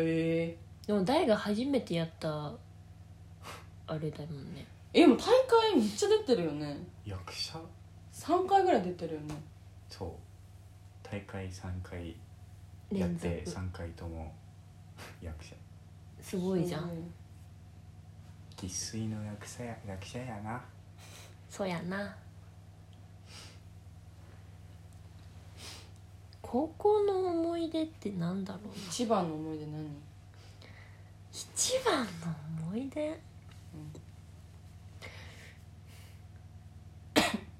S2: るうん
S3: ええ
S1: でも大が初めてやったあれだもんね
S3: えでも大会めっちゃ出てるよね
S2: 役者
S3: 3回ぐらい出てるよね
S2: そう大会3回やっ
S1: 連
S2: て
S1: 続
S2: 3回とも役者
S1: すごいじゃん
S2: 生粋の役者や役者やな
S1: そうやな高校の思い出ってなんだろうな
S3: 一番の思い出何
S1: 一番の思い出、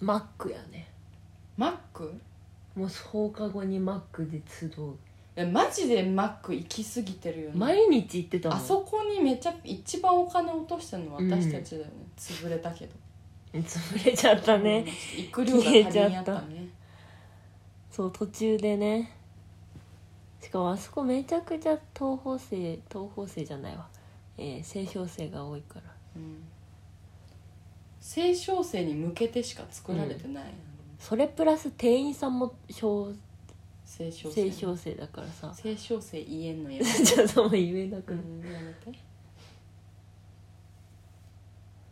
S1: マックやね
S3: マック
S1: もう放課後にマックで集う
S3: えマジでマック行き過ぎてるよね
S1: 毎日行ってたもん
S3: あそこにめちゃ一番お金落としてるの私たちだよね、潰れたけど
S1: 潰れちゃったね、
S3: うん行く量が足りんやったね
S1: そう途中でねしかもあそこめちゃくちゃ東方生東方生じゃないわえー、青少生が多いから
S3: うん青少生に向けてしか作られてない、
S1: それプラス店員さんも小
S3: 青少生
S1: 青少生だからさ
S3: 青少生言えんのや つ、
S1: ちょっともう言えなく
S3: う
S1: なる、
S3: ん、やめて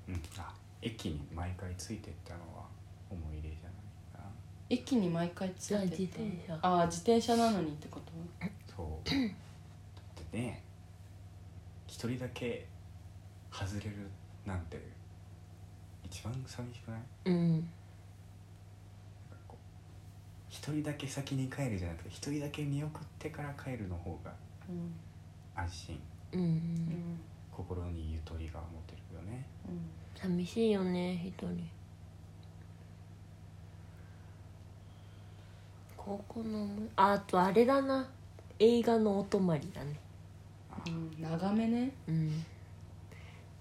S2: うんあ駅に毎回ついてったのは思い出じゃないか
S3: 駅に毎回ついて
S1: あ
S3: た
S1: 自転車
S3: ああ自転車なのにってこと
S2: なそうだってね一人だけ外れるなんて一番寂しくない
S1: うん
S2: なんかこう一人だけ先に帰るじゃなくて一人だけ見送ってから帰るの方が
S3: うん
S2: 安心
S1: うん、うん、
S2: 心にゆとりが持てるよね
S3: う
S1: 寂しいよね一人高校の思いああとあれだな映画のお泊まりだね
S3: んうん、うん、長めね
S1: うん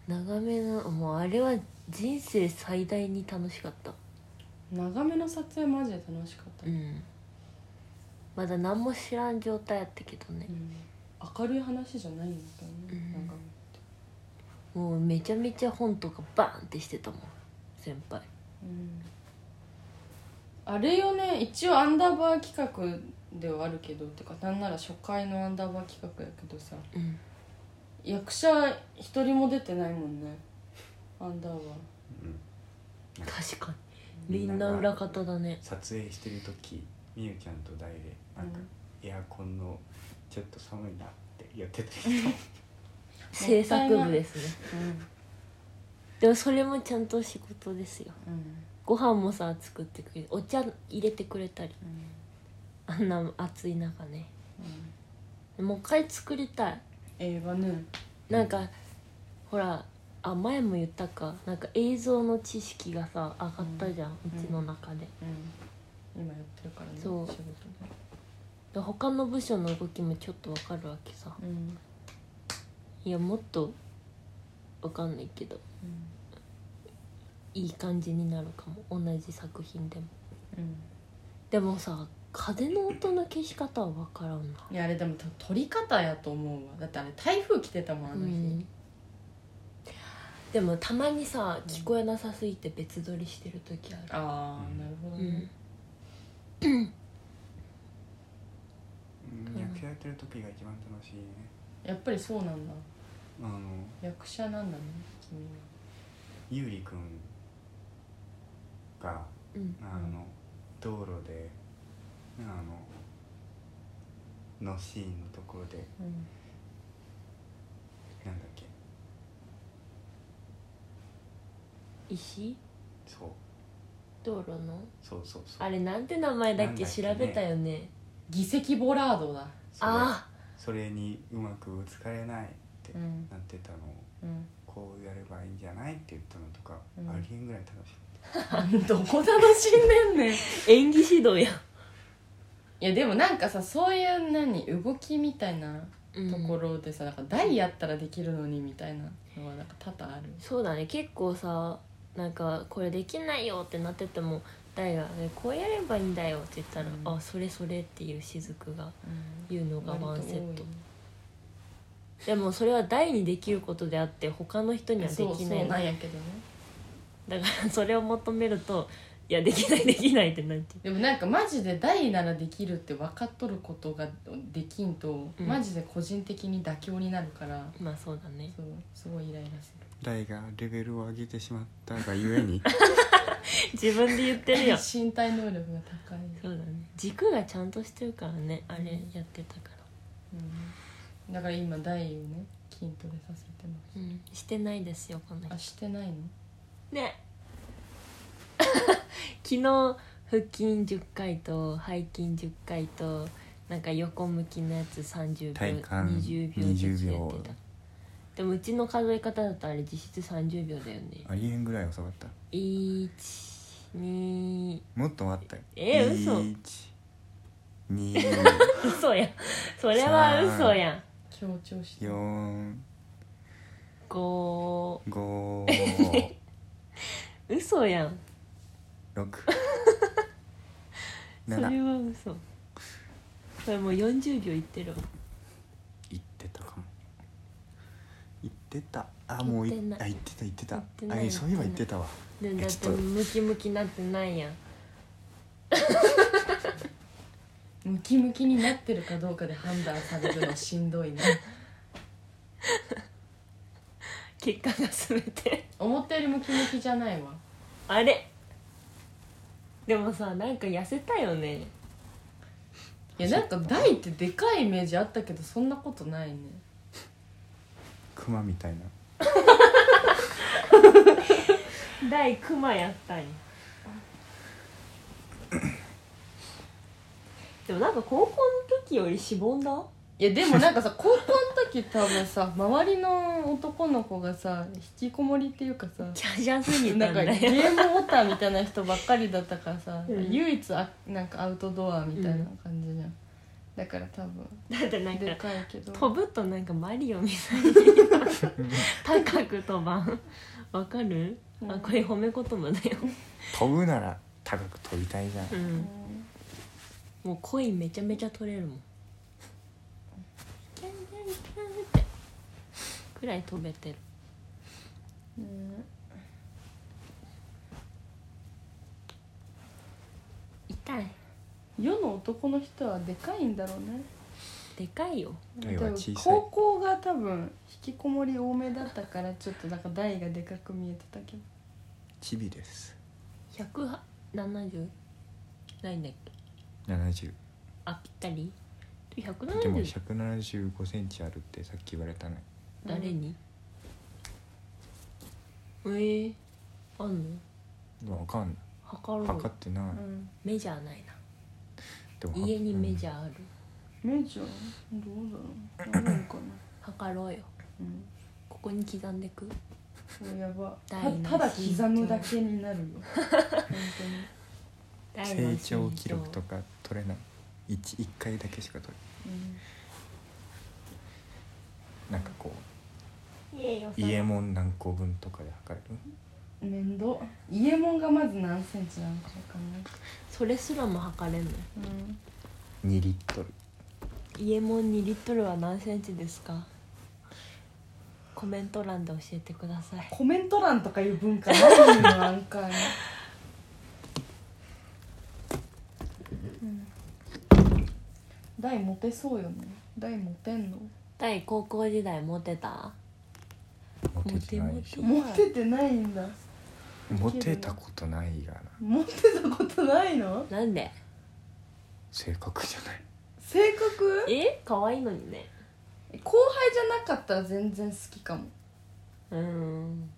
S1: 長めのもうあれは人生最大に楽しかった
S3: 長めの撮影マジで楽しかった、
S1: うんまだ何も知らん状態やったけどね
S3: うん明るい話じゃないんだけどね、
S1: うん
S3: なんか
S1: もうめちゃめちゃ本とかバーンってしてたもん先輩
S3: うんあれよね一応アンダーバー企画ではあるけどてかなんなら初回のアンダーバー企画やけどさ
S1: うん
S3: 役者一人も出てないもんねアンダーバー
S2: うん
S1: 確かにみんな裏方だね
S2: 撮影してる時みゆちゃんと大でなんかエアコンのちょっと寒いなってやってた人
S1: 制作部ですね
S3: う
S1: でもそれもちゃんと仕事ですよ
S3: ん
S1: ご飯もさ作ってくれるお茶入れてくれたり
S3: うんうん
S1: あんな暑い中ねもう一回作りたい
S3: 映画ね
S1: なんか、ほらあ前も言ったかなんか映像の知識がさ上がったじゃん、う
S3: うん
S1: ちの中で
S3: うん今やってるからね
S1: そう
S3: 仕事ね
S1: で他の部署の動きもちょっとわかるわけさ
S3: うんうん
S1: いやもっとわかんないけどいい感じになるかも同じ作品でも
S3: うん
S1: でもさ風の音の消し方はわからんない
S3: やあれでも多分撮り方やと思うわだってあれ台風来てたもんあ
S1: う
S3: の日、
S1: んでもたまにさ聞こえなさすぎて別撮りしてる時ある
S3: ああ
S2: うん
S3: なるほど
S1: う
S3: ね、
S1: ん
S2: うん役者やってる時が一番楽しいね
S3: やっぱりそうなんだ
S2: あの
S3: 役者なんだね君は
S2: ゆうりくんが
S1: うん
S2: あの道路であののシーンのところで
S3: うん
S2: なんだっけ
S1: 石
S2: そう
S1: 道路の
S2: そうそうそう
S1: あれなんて名前だっけ
S2: なんだっけ
S1: 調
S2: ね
S1: べたよね
S3: 議席ボラードだ
S2: それ
S1: あ
S2: それにうまくぶつかれないって
S3: うん
S2: なってたのを
S3: うん
S2: こうやればいいんじゃないって言ったのとか、
S3: うん
S2: ありえんぐらい楽しい
S3: どこ楽しんでん ねんい
S1: あ演技指導や
S3: やでもなんかさそういう何動きみたいなところでさ、なんか台やったらできるのにみたいなのはなんか多々ある
S1: そうだね結構さなんかこれできないよってなってても大が「えこうやればいいんだよ」って言ったら「
S3: うん
S1: あそれそれ」っていう雫が
S3: うん
S1: 言うのがワンセットでもそれは大にできることであって他の人にはで
S3: そう
S1: きな
S3: そう
S1: い
S3: なんやけどね
S1: だからそれを求めるといやできないできないってなっちゃ
S3: でもなんかマジで大ならできるって分かっとることができんと、
S1: うん
S3: マジで個人的に妥協になるから
S1: うまあそうだね
S3: そうすごいイライラする
S2: 大がレベルを上げてしまったがゆえ に
S1: 自分で言ってるよ
S3: 身体能力が高い、
S1: そうだね軸がちゃんとしてるからねあれやってたから
S3: うん、だから今大をね筋トレさせてま
S1: うんしてないですよこの
S3: すあ
S1: 人
S3: してないの
S1: ね 昨日腹筋10回と背筋10回となんか横向きのやつ30秒
S2: 体幹
S1: 20秒ずつやっ
S2: 20
S1: て
S2: 秒
S1: たでもうちの数え方だとあれ実質30秒だよね
S2: ありえんぐらい遅かった
S1: 12
S2: もっとあったよ
S1: え嘘
S2: 124
S1: 嘘やんそれは嘘やん
S3: 強調して
S1: 5
S2: 5
S1: 嘘やん
S2: 六
S1: それ
S2: 七
S1: は嘘それもう40秒いってるわ
S2: 言ってたかも言ってたあもうい
S1: 言ってない
S2: あ言ってた言ってた
S1: 言ってない
S2: あそういえば言ってたわ
S1: でだっ
S2: ち
S1: て
S2: ょっと
S1: ムキムキなってないやん
S3: ムキムキになってるかどうかで判断されるのしんどいな
S1: 結果が全て
S3: 思ったよりムキムキじゃないわ
S1: あれでもさなんか痩せたよね
S3: いやなんか大ってでかいイメージあったけどそんなことないね
S2: 熊みたいな
S1: 大クマやったん やでもなんか高校の時よりしぼんだ
S3: いやでもなんか さ高校の時多分さ周りの男の子がさ引きこもりっていうかさ
S1: キャジャすぎた
S3: なんんか
S1: だ
S3: ゲ
S1: よ
S3: ームボタンみたいな人ばっかりだったからさ、
S1: うん
S3: 唯一あなんかアウトドアみたいな感じじゃん、だから多分
S1: だってなんか
S3: でかいけど
S1: 飛ぶとなんかマリオみたいに高く飛ばんわかる、あこれ褒め言葉だよ、
S2: 飛ぶなら高く飛びたいじゃん
S1: う
S3: うん
S1: ん、もうコインめちゃめちゃ取れるもんキャンキャンキャンってくらい飛べてる
S3: うん
S1: 痛い
S3: 世の男の人はでかいんだろうね
S1: でかいよ
S2: 大は小さい
S3: 高校が多分引きこもり多めだったからちょっとなんか台がでかく見えてたけど
S2: チビです
S1: 170ないんだっけ
S2: 70
S1: あぴったり
S2: でも
S1: 170?
S2: 175センチあるってさっき言われたね
S1: 誰に、えー、あんの
S2: わかんない
S1: 測ろうよ
S2: 測ってない、
S3: うん
S1: メジャーないな
S2: でも
S1: 家にメジ
S2: ャー、
S1: ャーある
S3: メジャーどうだろうあるのかな
S1: 測ろうよ
S3: うん
S1: ここに刻んでく
S3: それやばた
S1: 台の
S3: ただ刻むだけに なるよ本
S2: うん成長記録とか取れない 1, 一回だけしか取れ
S3: 当に、うん
S2: ないなんかこ
S1: 家よ
S2: う家門何個分とかで測れる
S3: 面倒家門がまず何センチなのかわかんない、
S1: それすらも測れない
S3: うん、
S2: 2リットル
S1: 家門2リットルは何センチですかコメント欄で教えてください
S3: コメント欄とかいう文化ないのなんかねうん大モテそうよね大モテんの
S1: 大高校時代モテた
S2: モテてないし
S1: モ
S3: モテてないんだ
S2: モテたことないがな
S3: モテたことないの
S1: なんで
S2: 性格じゃない
S3: 性 格
S1: え可愛いのにね
S3: 後輩じゃなかったら全然好きかも
S1: うーん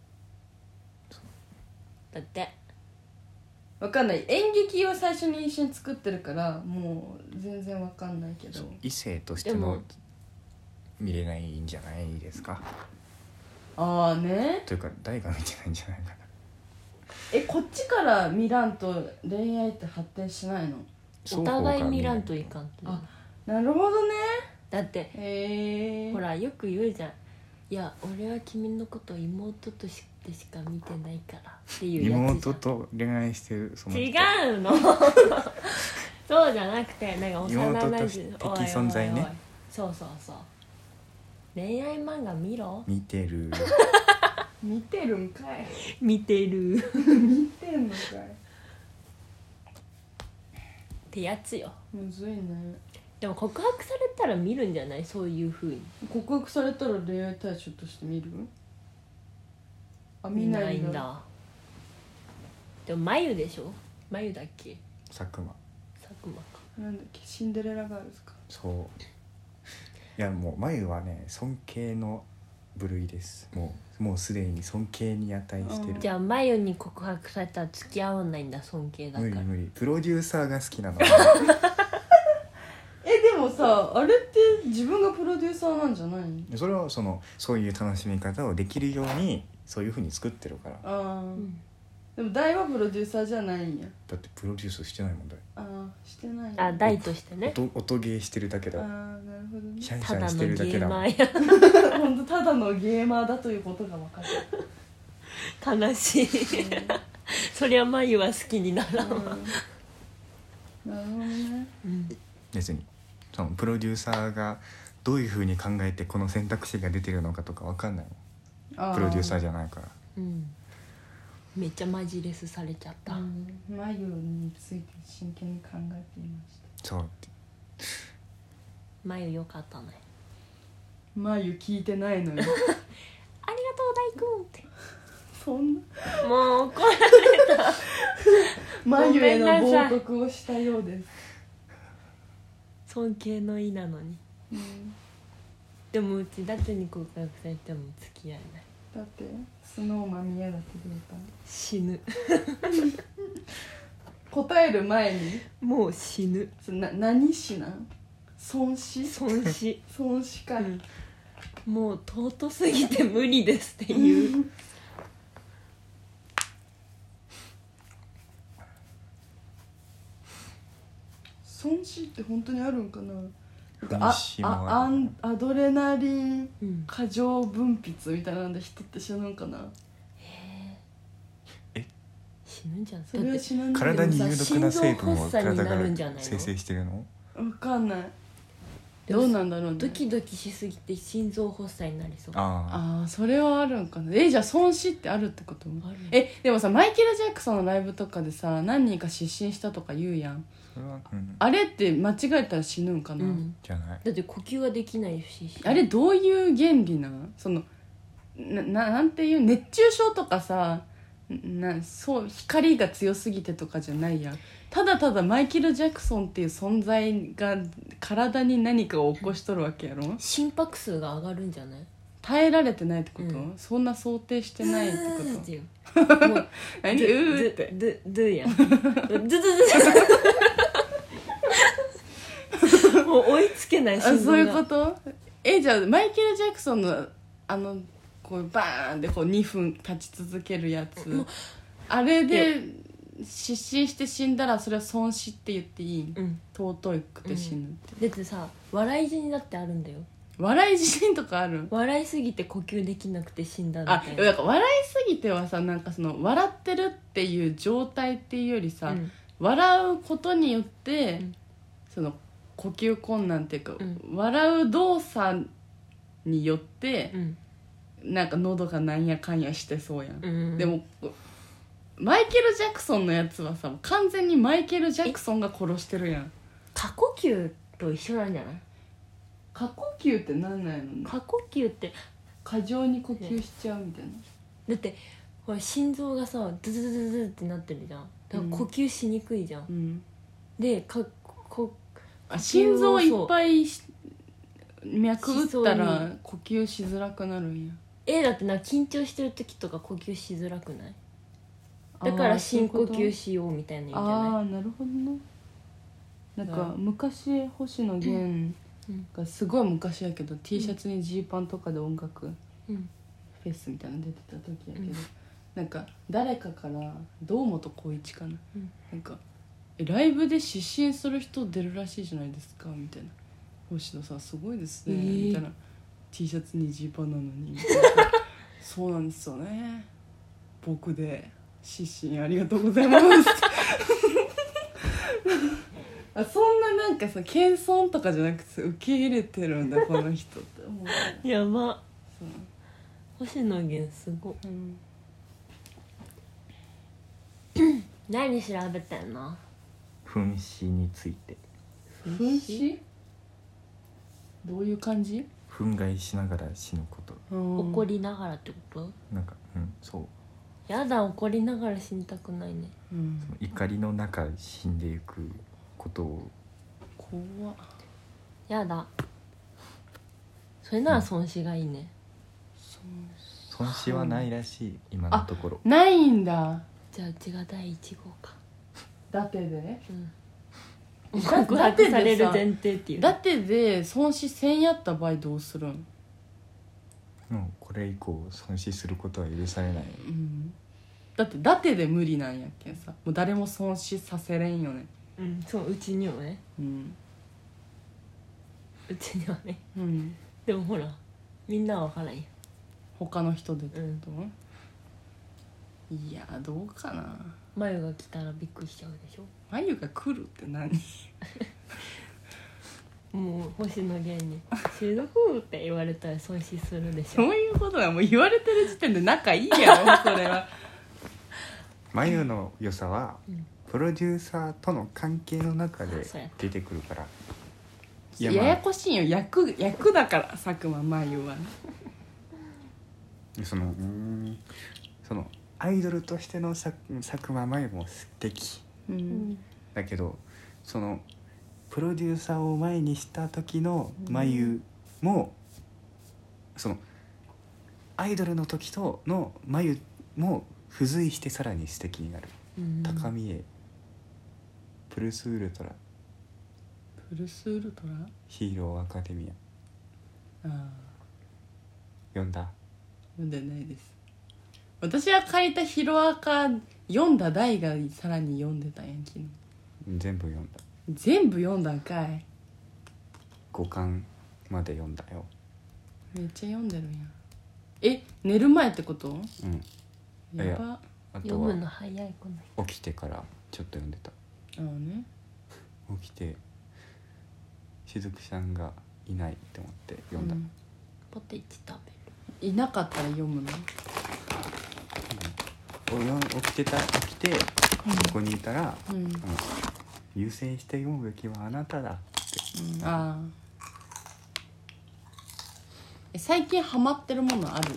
S1: だって
S3: わかんない演劇を最初に一緒に作ってるからもう全然わかんないけど
S2: そう異性として
S1: でも
S2: も見れないんじゃないですか
S3: ああね
S2: というか誰が見てないんじゃないかな
S3: えこっちから見らんと恋愛って発展しないの
S1: お互い見らんといかんと
S3: あなるほどね
S1: だって
S3: へえ
S1: ほらよく言うじゃん「いや俺は君のこと妹としてしか見てないから」っていうやつじゃ
S2: 妹
S1: ん
S2: と恋愛してるその人
S1: 違う のそうじゃなくてなんか幼なじみ
S2: 妹として的存在ね
S1: おいおいおいそうそうそう恋愛漫画見ろ
S2: 見 てる
S3: 見てるんかい
S1: 見てる
S3: 見てんのかい
S1: ってやつよ
S3: むずいね
S1: でも告白されたら見るんじゃないそういうふうに
S3: 告白されたら恋愛対象として見るあ見ないんだ
S1: でも眉でしょ眉だっけ
S2: 佐久間
S1: 佐久間か
S3: なんだっけシンデレラガールズか
S2: そういやもう眉はね尊敬の部類ですもうもうすでに尊敬に値してる
S1: じゃあ眉に告白されたら付き合わないんだ尊敬だか
S2: 無
S1: ら
S2: 理無理プロデューサーが好き なの
S3: えでもさあれって自分がプロデューサーなんじゃないの
S2: それはそのそういう楽しみ方をできるようにそういうふうに作ってるからだ
S3: ああ、
S1: うん
S3: でも大はプロデューサーじゃないんや
S2: ってプロデュースしてないもんだよ
S3: ああしてないんだ
S1: あ大としてね
S2: 音音ゲーしてるだけ
S3: あ
S2: だ
S3: あなるほどね
S2: シャンシ
S1: た
S2: ャン
S1: だ
S2: し
S1: の
S2: て
S1: ゲ
S2: るだけ
S1: ー
S2: だも
S1: マ
S2: ん
S1: ーや
S3: 本当ただのゲーマーだということが分かる、
S1: 悲しい そりゃ眉は好きにならんわ、
S3: うんなるほどね
S1: うん
S2: 別にそのプロデューサーがどういうふうに考えてこの選択肢が出てるのかとかわかんないもんプロデューサーじゃないから
S1: うん、めっちゃマジレスされちゃった、
S3: あー眉について真剣に考えていました
S2: そうって
S1: 眉よかったね
S3: 眉聞いてないのに
S1: ありがとう大君って
S3: そんな
S1: もうこれ
S3: 眉への
S1: ごめんなさい
S3: 冒涜をしたようです、
S1: 尊敬の意なのに
S3: うん、
S1: でもうちダチに告白されても付き合えない
S3: だってスノーマン宮舘涼太
S1: 死ぬ
S3: 答える前に
S1: もう死ぬ
S3: そな何死なん孫子
S1: 損死、
S3: 孫子か、
S1: うんもう尊すぎて無理ですっていう
S3: 孫子って本当にあるんかな
S2: 孫
S3: あ
S2: 子もある
S3: あアンアドレナリン
S1: うん
S3: 過剰分泌みたいなんで人って死ぬんかな
S1: 死ぬんじゃん
S3: それは死なんだけど
S2: 体に有毒な成分
S1: 心臓
S2: を
S1: 発作
S2: 体
S1: に
S2: か
S1: なる
S2: ら
S1: んじゃないの
S2: 生成してるの
S3: わかんない
S1: でも
S3: どうなんだろうね
S1: ドキドキしすぎて心臓発作になりそう
S2: あ
S3: ああそれはあるんかなえじゃあ損死ってあるってこと
S1: ある
S3: えでもさマイケル・ジャクソンのライブとかでさ何人か失神したとか言うやん
S2: あそれはうん
S3: あれって間違えたら死ぬんか
S1: う
S3: な、
S1: ん
S2: じゃない
S1: だって呼吸ができないし
S3: あれどういう原理なんそのなななんていう熱中症とかさなそう光が強すぎてとかじゃないやんただただマイケル・ジャクソンっていう存在が体に何かを起こしとるわけやろ
S1: 心拍数が上がるんじゃない
S3: 耐えられてないってこと、
S1: うん
S3: そんな想定してないってこ
S1: って
S3: と
S1: いうもう
S3: 何うーって
S1: ドゥド ゥやん ドゥドゥドゥもう追いつけない
S3: あ
S1: 心臓
S3: そういうこ
S1: が
S3: とえじゃあマイケル・ジャクソンのあのこうバーンでこう2分立ち続けるやつ、あれで失神して死んだらそれは損死って言っていいん
S1: うん
S3: 尊くて死ぬって、
S1: だってさ笑い死にだってあるんだよ
S3: 笑い自身とかある
S1: 笑いすぎて呼吸できなくて死んだみ
S3: あ
S1: たいな
S3: なんか笑いすぎてはさなんかその笑ってるっていう状態っていうよりさ、
S1: うん
S3: 笑うことによって、
S1: うん
S3: その呼吸困難っていうか、
S1: うん
S3: 笑う動作によって、
S1: うん
S3: なんか喉がなんやかんやしてそうやん、
S1: うん
S3: でもマイケル・ジャクソンのやつはさ完全にマイケル・ジャクソンが殺してるやん
S1: 過呼吸と一緒なんじゃない
S3: 過呼吸ってなんないの
S1: 過呼吸って
S3: 過剰に呼吸しちゃうみたいな、
S1: だってほら心臓がさズズズズってなってるじゃんだから呼吸しにくいじゃん、
S3: うん、
S1: でかこ
S3: あ心臓いっぱいし脈打ったら呼吸しづらくなるんや
S1: A だってな緊張してる時とか呼吸しづらくないだから深呼吸しようみたいな意味じゃ
S3: あ
S1: ない
S3: あーなるほどねなん
S1: だか
S3: から昔星野源
S1: うん
S3: がすごい昔やけど、T シャツにジーパンとかで音楽、
S1: うん
S3: フェスみたいなの出てた時やけど、
S1: うん
S3: なんか誰かから堂本光一かな、
S1: うん
S3: なんかえ「ライブで失神する人出るらしいじゃないですか」みたいな「星野さんすごいですね」
S1: えー
S3: みたいな「T シャツにジーパンなのに」みた いなそうなんですよね僕で失神ありがとうございます」 あそんななんかさ謙遜とかじゃなくて受け入れてるんだこの人って思う
S1: やば
S3: そう
S1: 星野源すご
S3: うん
S1: 何調べてんの
S2: 噴死について
S3: 噴死どういう感じ、
S2: 憤慨しながら死ぬこと
S3: うん
S1: 怒りながらってこと
S2: なんかうんそう
S1: やだ怒りながら死にたくないね
S3: うん
S2: その怒りの中死んでいくことを
S3: 怖っ
S1: やだそれなら損失がいいね
S2: 損失はないらしい今のところ
S3: ないんだ
S1: じゃあうちが第1号か
S3: だってで
S1: うん告白される前提っていう
S3: だってで損失1000やった場合どうするん
S2: うんこれ以降損失することは許されない
S3: うんだってだってで無理なんやっけんさもう誰も損失させれんよね
S1: うんそううちにはね
S3: うん
S1: うちにはね
S3: うん
S1: でもほらみんなは分からんや
S3: 他の人でって
S1: うん
S3: こといやどうかな
S1: 眉が来たらびっくりしちゃうでし
S3: 眉が来るって 何
S1: ょもう星野源に「死ぬふう」って言われたら損失するでし
S3: そ
S1: ょ
S3: ういうことだもう言われてる時点で仲いいやろそれは
S2: 眉の良さは、
S1: うん
S2: プロデューサーとの関係の中で
S1: あそうや
S2: 出てくるから い
S3: や
S2: や,、ま
S3: やこしいよ役役だから佐久間眉はね
S2: あ、そのうーんそのアイドルとしてのさ佐久間眉も素敵
S3: う
S1: うんん
S2: だけどそのプロデューサーを前にした時の眉も、そのアイドルの時との眉も付随してさらに素敵になる、
S1: うん
S2: 高見えプルスウルトラ
S3: プルスウルトラ
S2: ヒーローアカデミア
S3: あ
S2: 読んだ
S3: あ読んでないです私は借りたヒロアカ読んだ台がさらに読んでたんや昨日
S2: 全部読んだ
S3: 全部読んだんかい
S2: 五巻まで読んだよ
S3: めっちゃ読んでるやんえ寝る前ってこと
S2: うんいや
S3: やば
S2: あ
S1: 読
S2: と
S1: む
S2: は
S1: の早いこの
S2: 起きてからちょっと読んでた
S3: あのね
S2: 起きてしずくさんがいないって思って読んだ、
S3: うん
S1: ポテチ食べる
S3: いなかったら読むの
S2: およん起きてた起きてここにいたら、
S3: うん、うん
S2: あの優先して読むべきはあなただ
S3: ああえ最近ハマってるものある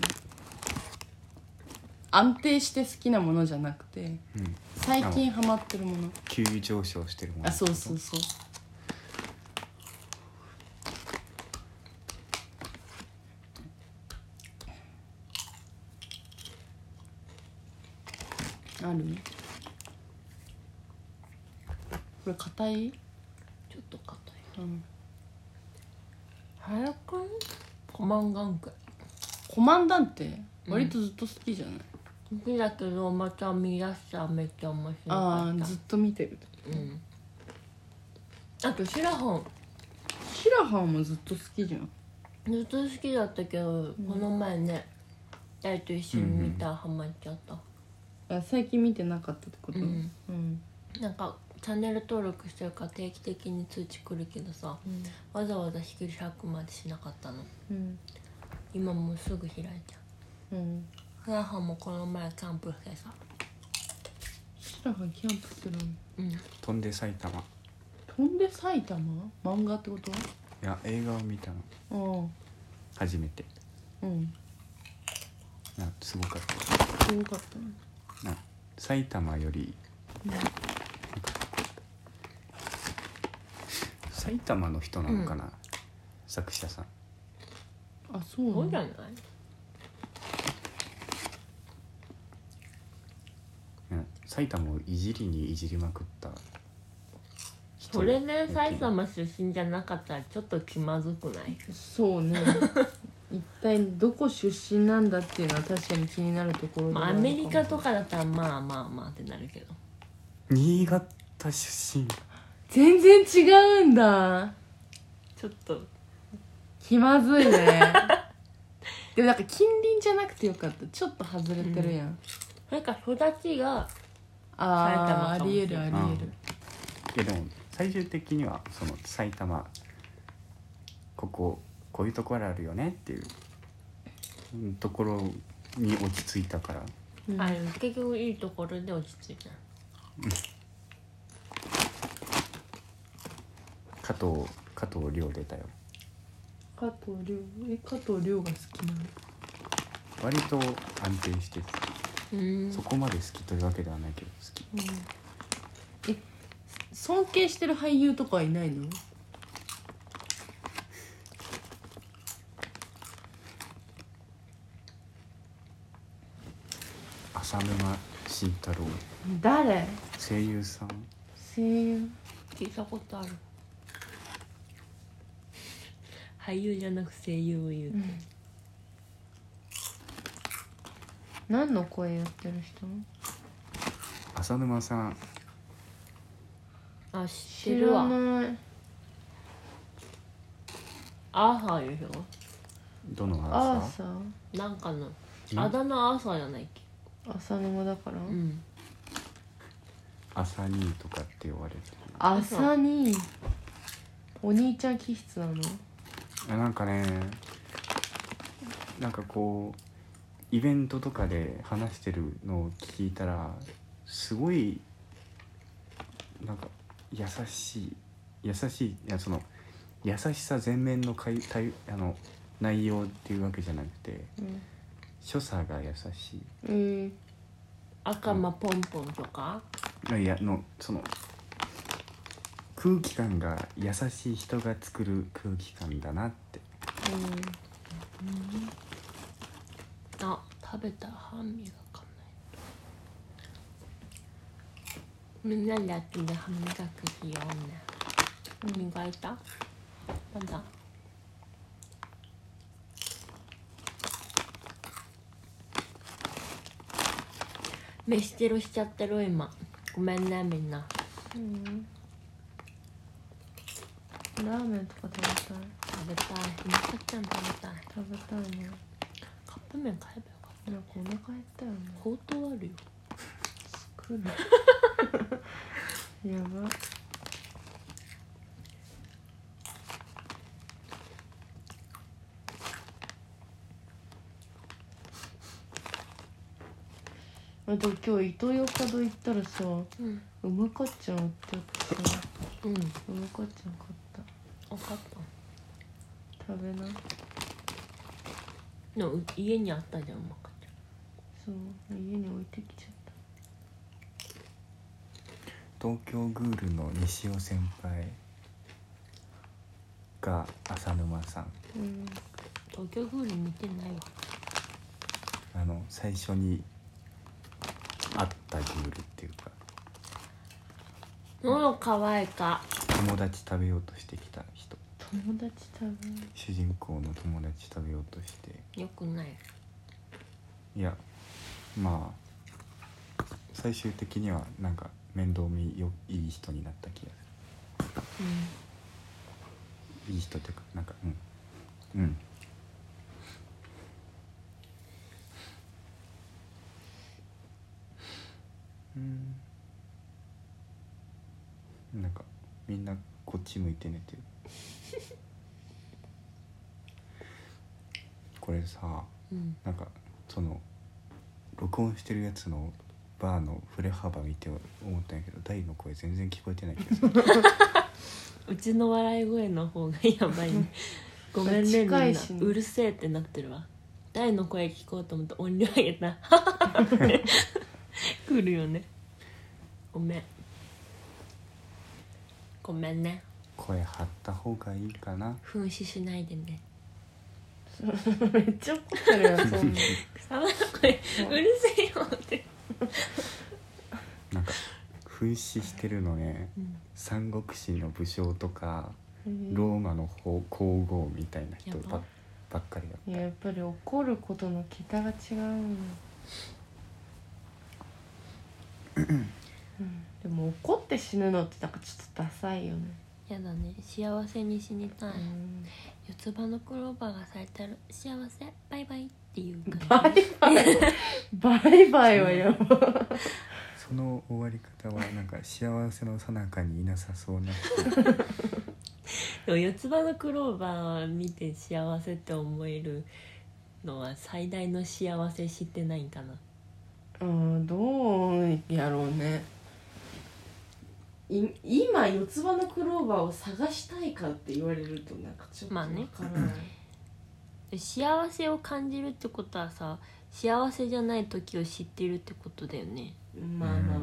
S3: 安定して好きなものじゃなくて
S2: うん
S3: 最近ハマってるもの
S2: 急上昇してるもん
S3: あそうそうそうあるこれ硬い、
S1: ちょっと硬い
S3: うん、
S1: 早くんコマンガンク
S3: コマンダンって割とずっと好きじゃない、
S1: 好きだけどまた見出したらめっちゃ面白
S3: あ
S1: かっ
S3: あずっと見てる
S1: たうんあとシラホン
S3: シラハンもずっと好きじゃん
S1: ずっと好きだったけど、この前ね誰と一緒に見たらハマっちゃった、
S3: あ最近見てなかったってこと
S1: うん
S3: うん
S1: なんかチャンネル登録してるから定期的に通知来るけどさ
S3: うん
S1: わざわざ引き開くまでしなかったの
S3: うん
S1: 今もうすぐ開いちゃ
S3: うん
S1: うフラハもこの前キャンプしてさ
S3: シラハンキャンプするの
S1: うん
S2: 飛んで埼玉
S3: 飛んで埼玉漫画ってこと
S2: いや映画を見たの
S3: うん
S2: 初めて
S3: うん
S2: なすごかった
S3: すごかったね
S2: な埼玉より、なんか埼玉の人なのかな、作者さん
S3: あそうなの
S1: そうじゃない
S2: うん埼玉をいじりにいじりまくった人
S1: それで埼玉出身じゃなかったらちょっと気まずくない
S3: そう ね一体どこ出身なんだっていうのは確かに気になるところで
S1: ま
S3: は
S1: あア
S3: るかも
S1: メリカとかだったらまあまあまあってなるけど
S2: 新潟出身
S3: 全然違うんだ
S1: ちょっと
S3: 気まずいね でもなんか近隣じゃなくてよかったちょっと外れてるやん、
S1: なんか育ちが
S3: あー
S1: 埼玉か
S3: あ
S1: もし
S3: り
S1: れ
S3: える
S1: な
S3: あ
S1: い
S3: りえる
S2: いやでも最終的にはその埼玉こここういうところあるよねっていううんところに落ち着いたから
S3: うん
S1: あの結局いいところで落ち着いた
S2: 加藤加藤亮出たよ
S3: 加藤亮え加藤亮が好きなの
S2: 割と安定して
S1: うん
S2: そこまで好きというわけではないけど好き
S3: え尊敬してる俳優とかはいないの
S2: 浅沼慎太郎
S3: 誰
S2: 声優さん
S3: 声優
S1: 聞いたことある俳優じゃなく声優を言う、
S3: 何の声やってる人
S2: 浅沼さん
S1: あ知ってるわ
S3: ない
S1: アーサーでし
S2: どの
S3: ア
S2: 話
S3: ーサー
S1: ょなんかの
S2: ん
S1: あだ名アーサーじゃないっけ
S3: 浅沼だから、
S1: うん
S2: 浅にとかって呼ばれて
S3: 朝にお兄ちゃん気質なの
S2: るあなんかねなんかこうイベントとかで話してるのを聞いたらすごいなんか優しい優しいいやその優しさ全面のかいたいあの内容っていうわけじゃなくて
S3: うん
S2: 所作が優しい
S3: えー、
S1: 赤間ポンポンとか
S2: いやのその空気感が優しい人が作る空気感だなって
S1: あ食べたら歯磨かないみんなで集んで歯磨くしようね磨いたまだ飯テロしちゃってる今ごめんねみんな
S3: うん、ラーメンとか食べたい
S1: 食べたいみさきちゃん食べたい
S3: 食べたいね
S1: カップ麺買えばよかった
S3: なんかお腹減ったよね
S1: 口頭あるよ
S3: 来るやばあと今日イトーヨーカドー行ったらさ
S1: うん
S3: うまかっちゃん売ってあってさ
S1: うん
S3: うまかっちゃん買っ
S1: 分かった
S3: た食べな
S1: でも家にあったじゃんうまかち
S3: そう家に置いてきちゃった
S2: 東京グールの西尾先輩が浅沼さん
S3: うん
S1: ゃん東京グール見てないわ
S2: あの最初に会ったグールっていうか
S1: 喉乾いた
S2: 友達食べようとしてきた人
S3: 友達食べる
S2: 主人公の友達食べようとして
S1: よくない
S2: いやまあ最終的にはなんか面倒見よいい人になった気がするいい人っていうかなんかうんうんうんなんかみんなこっち向いて寝てる これさ
S1: うん
S2: なんかその録音してるやつのバーの振れ幅見て思ったんやけど大の声全然聞こえてないけど
S1: うちの笑い声の方がやばいねごめんねみんな
S3: 近いしね
S1: うるせえってなってるわ誰の声聞こうと思って音量上げ た来るよねごめんごめんね
S2: 声張った方がいいかな
S1: 噴死しないで ね
S3: めっちゃ怒ってるよそんな
S1: 草の声うるせえよって
S2: なんか噴死してるのね、
S1: ん
S2: 三国志の武将とか
S3: うん
S2: ローマの皇皇后みたいな人
S1: やば
S2: ばばっかりだ
S3: いややっぱり怒ることの桁が違うんよ、うん、でも怒って死ぬのってなんかちょっとダサいよね、
S1: やだね幸せに死にたい、
S3: うん、
S1: 四つ葉のクローバーが咲いたら幸せバイバイっていう感じ
S3: バイバイバイバイはやばい
S2: その終わり方はなんか幸せの最中にいなさそうな
S1: でも四つ葉のクローバー見て幸せって思えるのは最大の幸せ知ってないんかな
S3: うんどうやろうねい今四つ葉のクローバーを探したいかって言われるとなんかちょっと
S1: ま
S3: わ
S1: あ
S3: からな
S1: ね
S3: い、
S1: 幸せを感じるってことはさ幸せじゃない時を知ってるってことだよね
S3: まあまあまあ、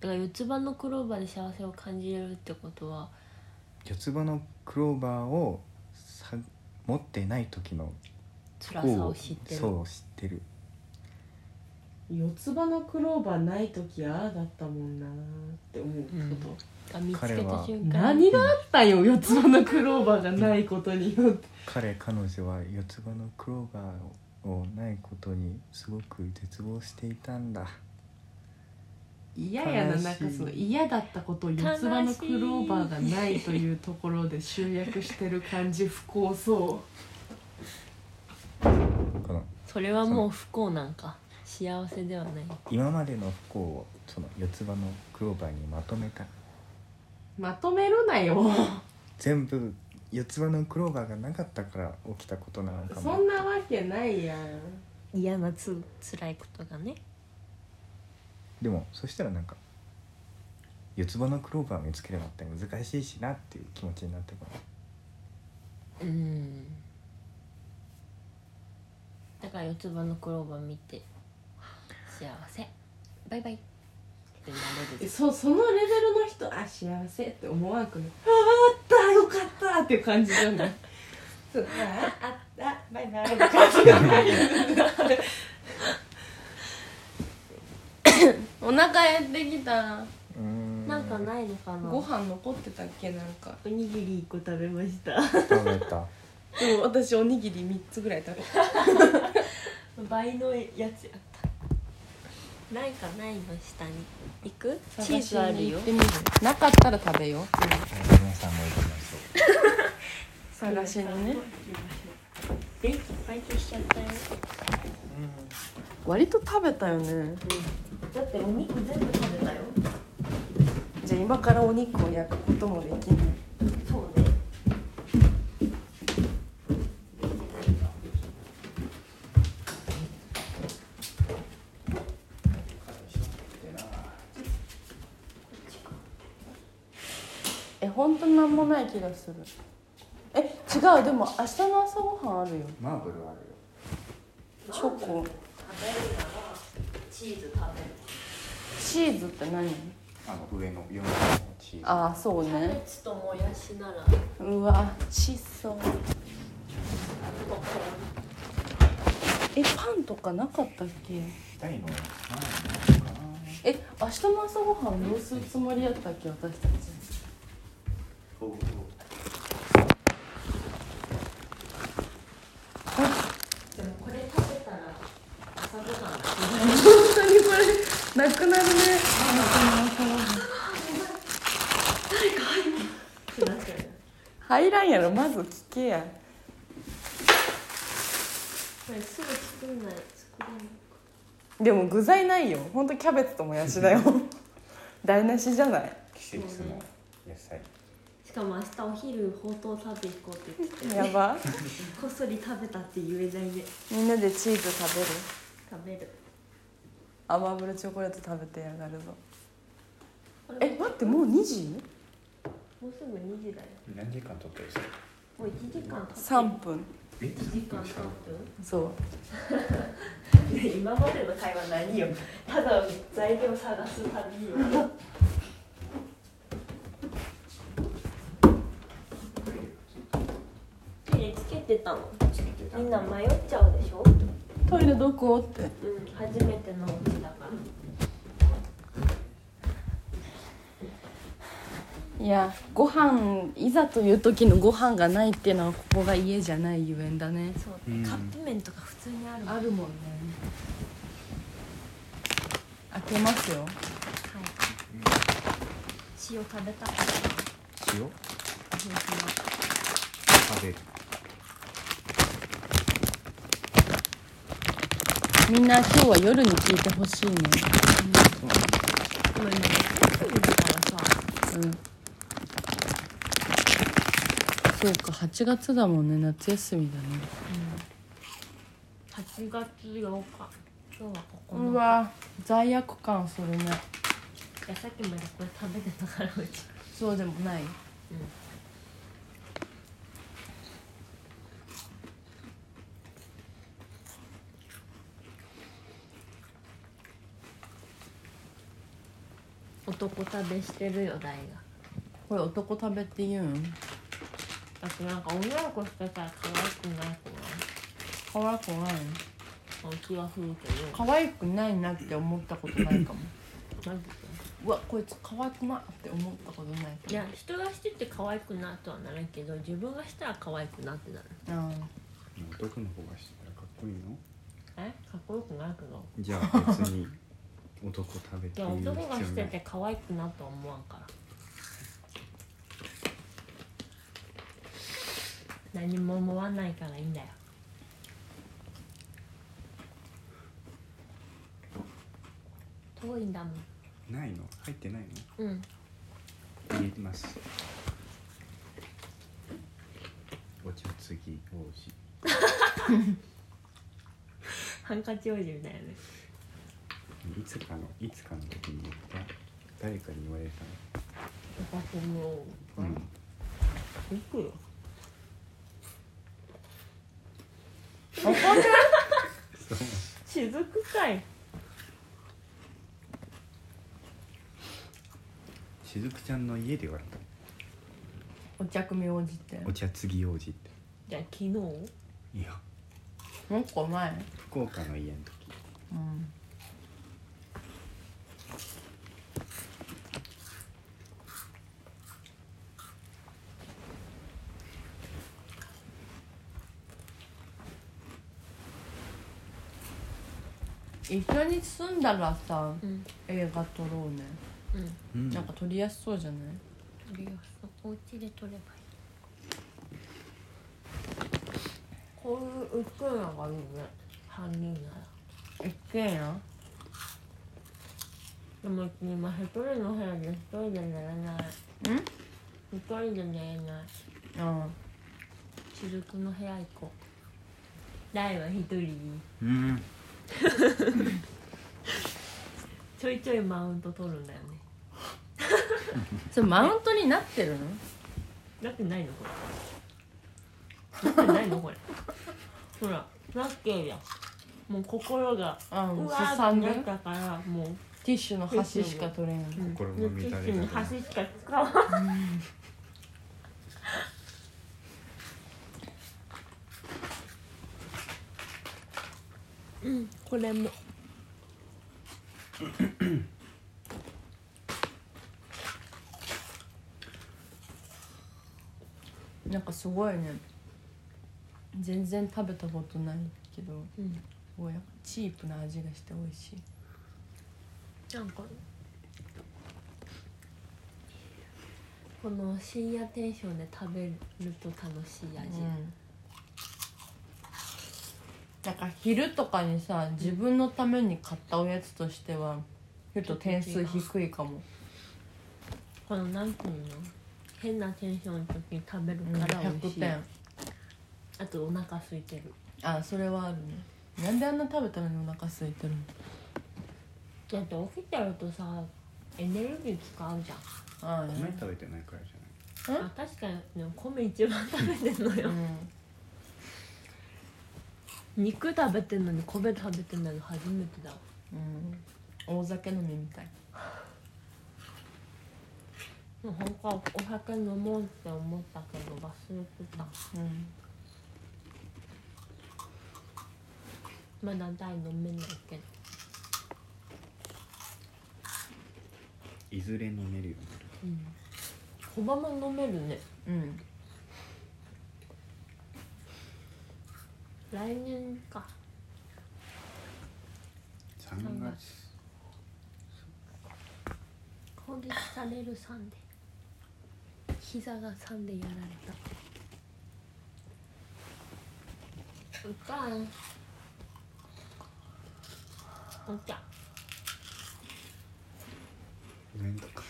S1: だから四つ葉のクローバーで幸せを感じれるってことは
S2: 四つ葉のクローバーをさ持ってない時の
S1: 辛さを知ってる
S2: そう知ってる
S3: 四つ葉のクローバーない時ああだったもんなーって思うこと、
S1: が見つけた瞬間
S3: 何があったよ四つ葉のクローバーがないことによって
S2: 彼彼女は四つ葉のクローバーをないことにすごく絶望していたんだ
S4: 嫌やな
S2: 悲しい
S4: なんかその嫌だったことを四つ葉のクローバーがないというところで集約してる感じ不幸そ
S2: この
S1: それはもう不幸なんか幸せではない
S2: 今までの不幸をその四つ葉のクローバーにまとめた
S4: うまとめるなよ
S2: 全部四つ葉のクローバーがなかったから起きたことなのか
S3: そ
S2: も
S3: んなわけないやん
S1: 嫌なつ辛いことがね
S2: でもそしたらなんか四つ葉のクローバーを見つけるのって難しいしなっていう気持ちになってこ
S1: うんだから四つ葉のクローバー見て幸せバイバイってなれ
S3: え
S1: る
S3: そそのレベルの人あ幸せって思わんくないああったよかったっていう感じじゃないそうああったバイバイって感じじゃないお腹減ってきた
S2: うーん
S1: なんか ないのかな
S3: ご飯残ってたっけなんか
S1: おにぎり一個食べました
S2: 食べた
S3: でも私おにぎり3つぐらい食べた
S1: 倍のやつやったないかないの下に行くチーズあるよ
S3: 探しに行ってみるなかったら食べよう
S2: 皆さんもいきましょう
S3: 探しにね
S1: えバイトしちゃったよ
S3: 割と食べたよね
S1: だってお肉全部食べたよ
S3: じゃあ今からお肉を焼くこともできない
S1: そうね
S3: え本当なんもない気がするえ違うでも明日の朝ごはんあるよ
S2: マーブルあるよ
S3: チョコ
S1: チーズ食べる
S3: チーズって何
S2: あの上の4のチーズ
S3: ああそう
S1: キャベ
S3: ね
S1: ツともやしなら
S3: うわチソえパンとかなかったっけ
S2: 痛いのないのかな
S3: え明日の朝ごはんどうするつもりやったっけ私たち
S1: でもこれ食べたら朝ごはん
S3: 本当にこれなくなるね
S1: ってなっちゃうよ
S3: 入らんやろまず聞けや
S1: これすぐ作んない作れない
S3: でも具材ないよほんとキャベツともやしだよ台無しじゃない
S2: 季節の野菜
S1: しかも明日お昼ほうとう食べ行こうって言ってて
S3: やば
S1: こっそり食べたって言えないね
S3: みんなでチーズ食べる
S1: 食べる
S3: アマブルチョコレート食べてやがるぞえ待ってもう2時
S1: もうすぐ2時だよ
S2: 何時間撮ってるんですか
S1: もう1時間経って
S3: 3分
S2: え
S1: 1時間3分
S3: そう
S1: ね今までの会話何よただ材料探す旅よ手につけてたのみんな迷っちゃうでしょ
S3: トイレどこって
S1: うん初めてのお家だから
S3: いやご飯いざという時のご飯がないっていうのはここが家じゃないゆえんだね
S1: そう
S2: うん
S1: ねカップ麺とか普通にあるもん
S4: あるもんね
S3: 開けますよ
S1: はい塩食べたかった
S2: 塩
S1: 私は
S2: 食べる
S3: みんな今日は夜に聞いてほしいね
S1: でも今月曜日だからさ
S3: うんそうか8月だもんね夏休みだね
S1: 8月8日今日はここの
S3: うわ罪悪感するね
S1: やさっきまでこれ食べてたからうち
S3: そうでもない
S1: 男食べしてるよ大が
S3: これ男食べって言うん
S1: だってなんか女の子してたら可愛くない子
S3: 可愛くない
S1: がうちはするけど
S3: 可愛くないなって思ったことないかも
S1: マジ
S3: うわこいつ可愛くないって思ったことないかも
S1: でいや人がしてて可愛くなとはならんけど自分がしたら可愛くなってなる
S3: あ
S2: 男の方がしたらかっこいいの
S1: えかっこよくないけど
S2: じゃあ別に男食べ
S1: い
S2: て
S1: や
S2: 言う必要
S1: 男がして
S2: ない
S1: て可愛くなとは思わんから何も思わないからいいんだよ遠いんだもん
S2: ないの入ってないの
S1: うん
S2: 入れますお茶次王子
S1: ハンカチ王子みたいなね
S2: いつかのいつかの時に言った誰かに言われた
S1: 私も
S2: の、うん、
S1: 行くよ
S2: そう
S1: 雫かい
S2: しずくちゃんの家で言われた
S3: お茶組王子って
S2: お茶次王子って
S1: じゃあ昨日
S2: いや
S3: なんか前
S2: 福岡の家の時
S3: うん一緒に住んだらさ
S1: うん
S3: 映画撮ろうね、
S1: うん
S2: うん
S3: なんか撮りやすそうじゃない
S1: 取り寄せお家で取ればいいこういう一軒家がいいね半人なら
S3: 一軒家
S1: でも今一人の部屋で一人で寝れない一人で寝れない
S3: うんうん
S1: 雫の部屋行こう大は一人
S2: うん
S1: ちょいちょいマウント取るんだよね
S3: それマウントになってるの
S1: なってないのこれなってないのこれほらなってるやんもう心が
S3: あ
S1: う
S3: の
S1: わ
S3: す
S1: ー
S3: さ
S1: って
S3: んで
S1: なったからもう
S3: ティッシュの端しか取れんの
S2: 心の乱れが
S1: ティッシュに端しか使わないうんこれも
S3: なんかすごいね全然食べたことないけど
S1: うん
S3: すごいチープな味がして美味しい
S1: なんかこの深夜テンションで食べると楽しい味、
S3: うんなんか昼とかにさ自分のために買ったおやつとしてはちょっと点数低いかも
S1: このなんていうの変なテンションの時に食べる
S3: うん
S1: から美味し
S3: 100
S1: い、
S3: 点
S1: あとお腹空いてる
S3: あそれはあるねなんであんな食べたのにお腹空いてるの
S1: だって起きてるとさエネルギー使うじゃん
S3: ああ
S2: 米
S3: ね
S2: 食べてないからじゃない
S1: あ確かにでも米一番食べてんの
S3: う
S1: よ
S3: ん
S1: 肉食べてんのに米食べてないの初めてだわ
S3: うん大酒飲みみたい
S1: もう本当はお酒飲もうって思ったけど忘れてた
S3: うん
S1: まだ大飲めないけど
S2: いずれ飲めるよ
S1: うん小ばも飲めるね
S3: うん
S1: 来年か
S2: うになる3月
S1: 攻撃される3で膝が3でやられたうかんお茶
S2: めんどく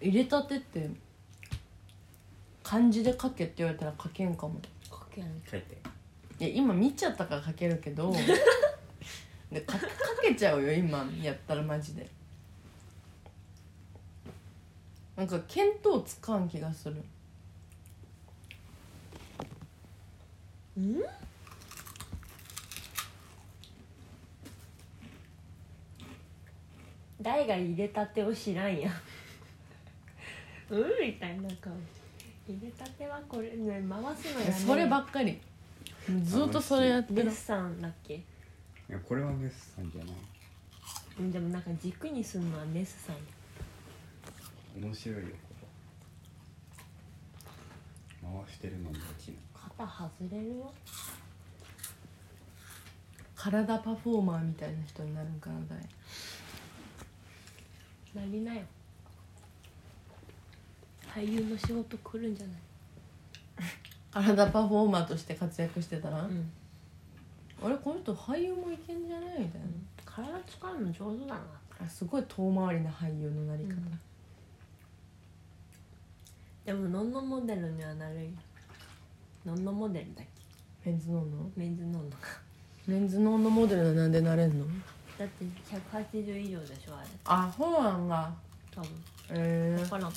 S3: 入れたてって漢字で書けって言われたら書けんかも
S1: かけん
S2: 書いて
S3: いや今見ちゃったから書けるけどでかかけちゃうよ今やったらマジでなんか見当つかん気がする
S1: ん誰が入れたてを知らんやうんみたいな顔入れたてはこれ、ね、回すのやめ
S3: そればっかりずっとそれやって
S1: デ
S3: る
S1: ッサンだっけ
S4: いやこれはデッサンじゃない
S1: うんでもなんか軸にするのはデッサン
S4: 面白いよこれ回してるのに落ちない
S1: 肩外れるよ
S3: 体パフォーマーみたいな人になるんかな大
S1: なりなよ俳優の仕事来るんじゃない
S3: 体パフォーマーとして活躍してたら、
S1: うん
S3: あれこの人俳優もいけんじゃないみたいな、
S1: 体使うの上手だな
S3: あすごい遠回りな俳優のなり方、
S1: うんでもノンノモデルにはなるよノンノモデルだっけ
S3: メンズノンの
S1: メンズノンノか
S3: メンズノンのモデルはなんでなれんの
S1: だって180以上でしょあれ
S3: あそうなんだ
S1: 多分
S3: え
S1: 分からん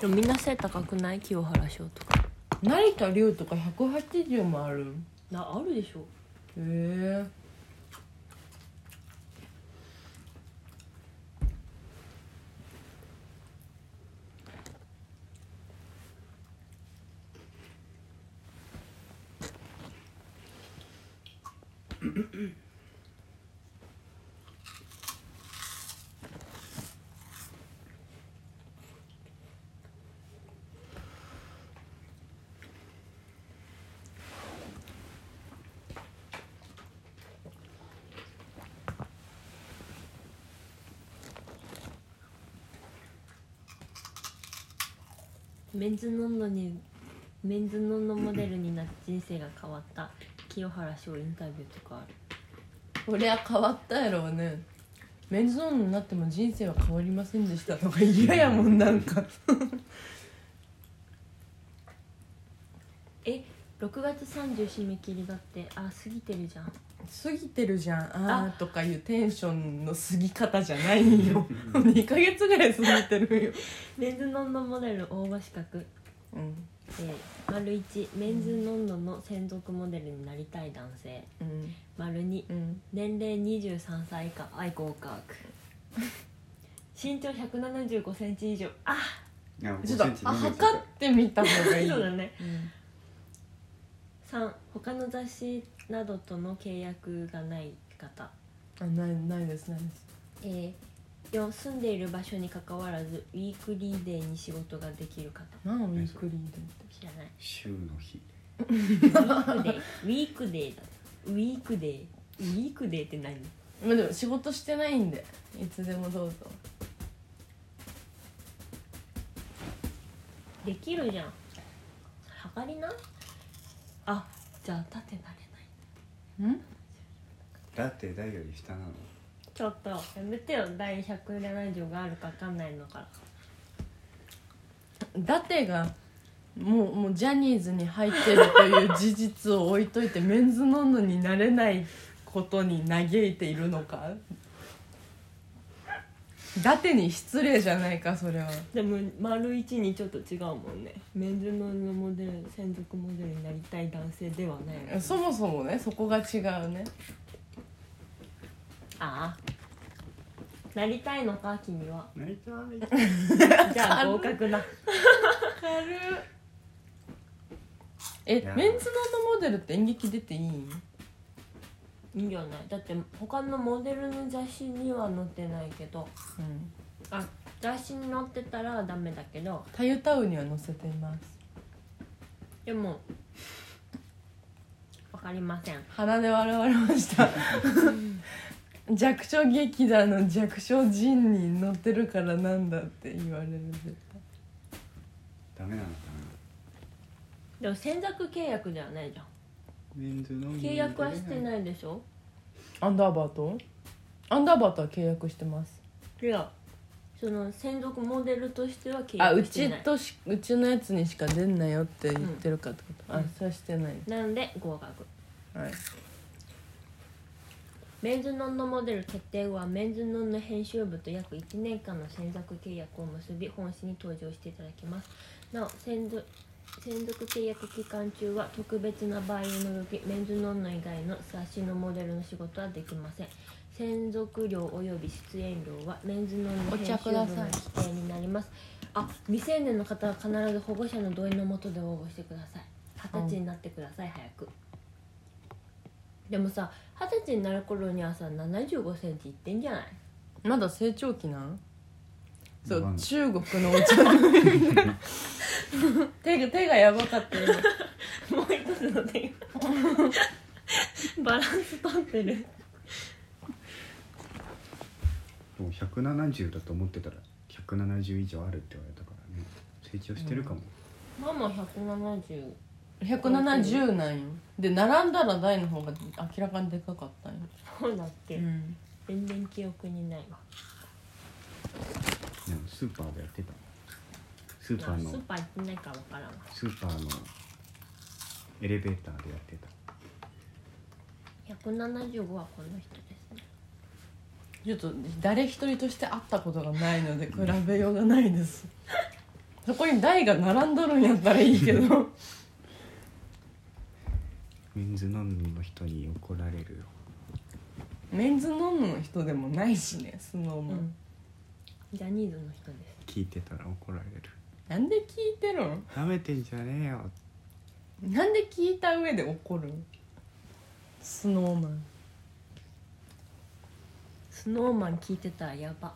S1: でもみんな背高くない清原翔とか
S3: ー、成田龍とか180もある
S1: なあるでしょ
S3: へえ
S1: メンズノンノにメンズノンノモデルになって人生が変わった清原翔インタビューとかある
S3: こりゃ変わったやろうねメンズノンノになっても人生は変わりませんでしたとか嫌やもんなんか
S1: え6月30締め切りだってあ過ぎてるじゃん
S3: 過ぎてるじゃんあーとかいうテンションの過ぎ方じゃないよ 2ヶ月ぐらい過ぎてるよ、
S1: メンズノンノモデル応募資格
S3: うん
S1: えー、丸一メンズノンノの専属モデルになりたい男性
S3: うん
S1: 丸二
S3: うん
S1: 年齢23歳以下愛好科学身長1 7 5ンチ以上あ
S4: いや
S3: ちょっと
S4: 5センチ
S3: あ
S4: 伸びて
S3: 測ってみた方 がいい
S1: そうだね
S3: うん
S1: 3他の雑誌などとの契約がない方
S3: あないないですないです
S1: えー、4住んでいる場所に関わらずウィークリーデーに仕事ができる方
S3: 何をウィークリーで
S1: 知らない
S4: 週の日
S1: ウィークデ ーだウィークデーウィークデーって何
S3: まあでも仕事してないんでいつでもどうぞ
S1: できるじゃん測りなあじゃあ立てられない
S3: ん
S4: だって台より下なの
S1: ちょっとやめてよ第170があるか分かんないのから
S3: 伊達がもうもうジャニーズに入ってるという事実を置いといてメンズノンノになれないことに嘆いているのか伊達に失礼じゃないかそれは
S1: でも丸一にちょっと違うもんねメンズのモデル専属モデルになりたい男性ではない
S3: そもそもねそこが違うね
S1: ああなりたいのか君は
S4: なりたい
S1: じゃあ合格だ
S3: 軽え
S4: いや
S3: メンズノンノモデルって演劇出ていいん
S1: いいよねだって他のモデルの雑誌には載ってないけど
S3: うん
S1: あ雑誌に載ってたらダメだけど
S3: タユタウには載せています
S1: でもわかりません
S3: 鼻で笑われました 弱小劇団の弱小人に乗ってるからなんだって言われる絶
S4: ダメなのか
S1: でも専属契約ではないじゃん
S4: なメンズのみ
S1: 契約はしてないでしょ
S3: 対アンダーバーとアンダーバーとは契約してます
S1: いやその専属モデルとしては契
S3: あう
S1: 約して
S3: ち
S1: ない
S3: としうちのやつにしか出んなよって言ってるかってこと、
S1: うん
S3: あそれはしてない、
S1: なんで合格
S3: はい
S1: メンズノンのモデル決定後はメンズノンの編集部と約1年間の専属契約を結び本誌に登場していただきますなお専属専属契約期間中は特別な場合を除きメンズノンノ以外の冊子のモデルの仕事はできません専属料及び出演料はメンズノンノ
S5: お
S1: 編集
S5: 茶
S1: 部
S5: くだ
S1: の
S5: さい
S1: 規定になりますあ未成年の方は必ず保護者の同意のもとで応募してください二十歳になってください早くでもさ二十歳になる頃にはさ7 5センチいってんじゃない
S3: まだ成長期なんそ
S4: わかん
S3: う
S4: ない
S3: 中国のお茶 のみんな手が手がやばかったよ
S1: もう一つの手がバランス取ってる
S4: もう170だと思ってたら170以上あるって言われたからね成長してるかも、
S1: ママ170
S3: 170なんよで並んだら台の方が明らかにでかかったんよ、
S1: そうだっけ、
S3: うん、
S1: 全然記憶にないわ
S4: でもスーパーでやってたスーパ
S1: まあ
S4: ー
S1: スー
S4: の
S1: パー行ってないから分からんわ
S4: スーパーのエレベーターでやってた
S1: 175はこの人ですね
S3: ちょっと誰一人として会ったことがないので比べようがないですそこに台が並んどるんやったらいいけ ど
S4: メンズノンノの人に怒られるよ
S3: メンズノンノの人でもないしねスノーマン、
S1: うんジャニーズの人です
S4: 聞いてたら怒られる
S3: なんで聞いてるん
S4: なめてんじゃねえよ
S3: なんで聞いた上で怒るんスノーマン
S1: スノーマン聞いてたらやば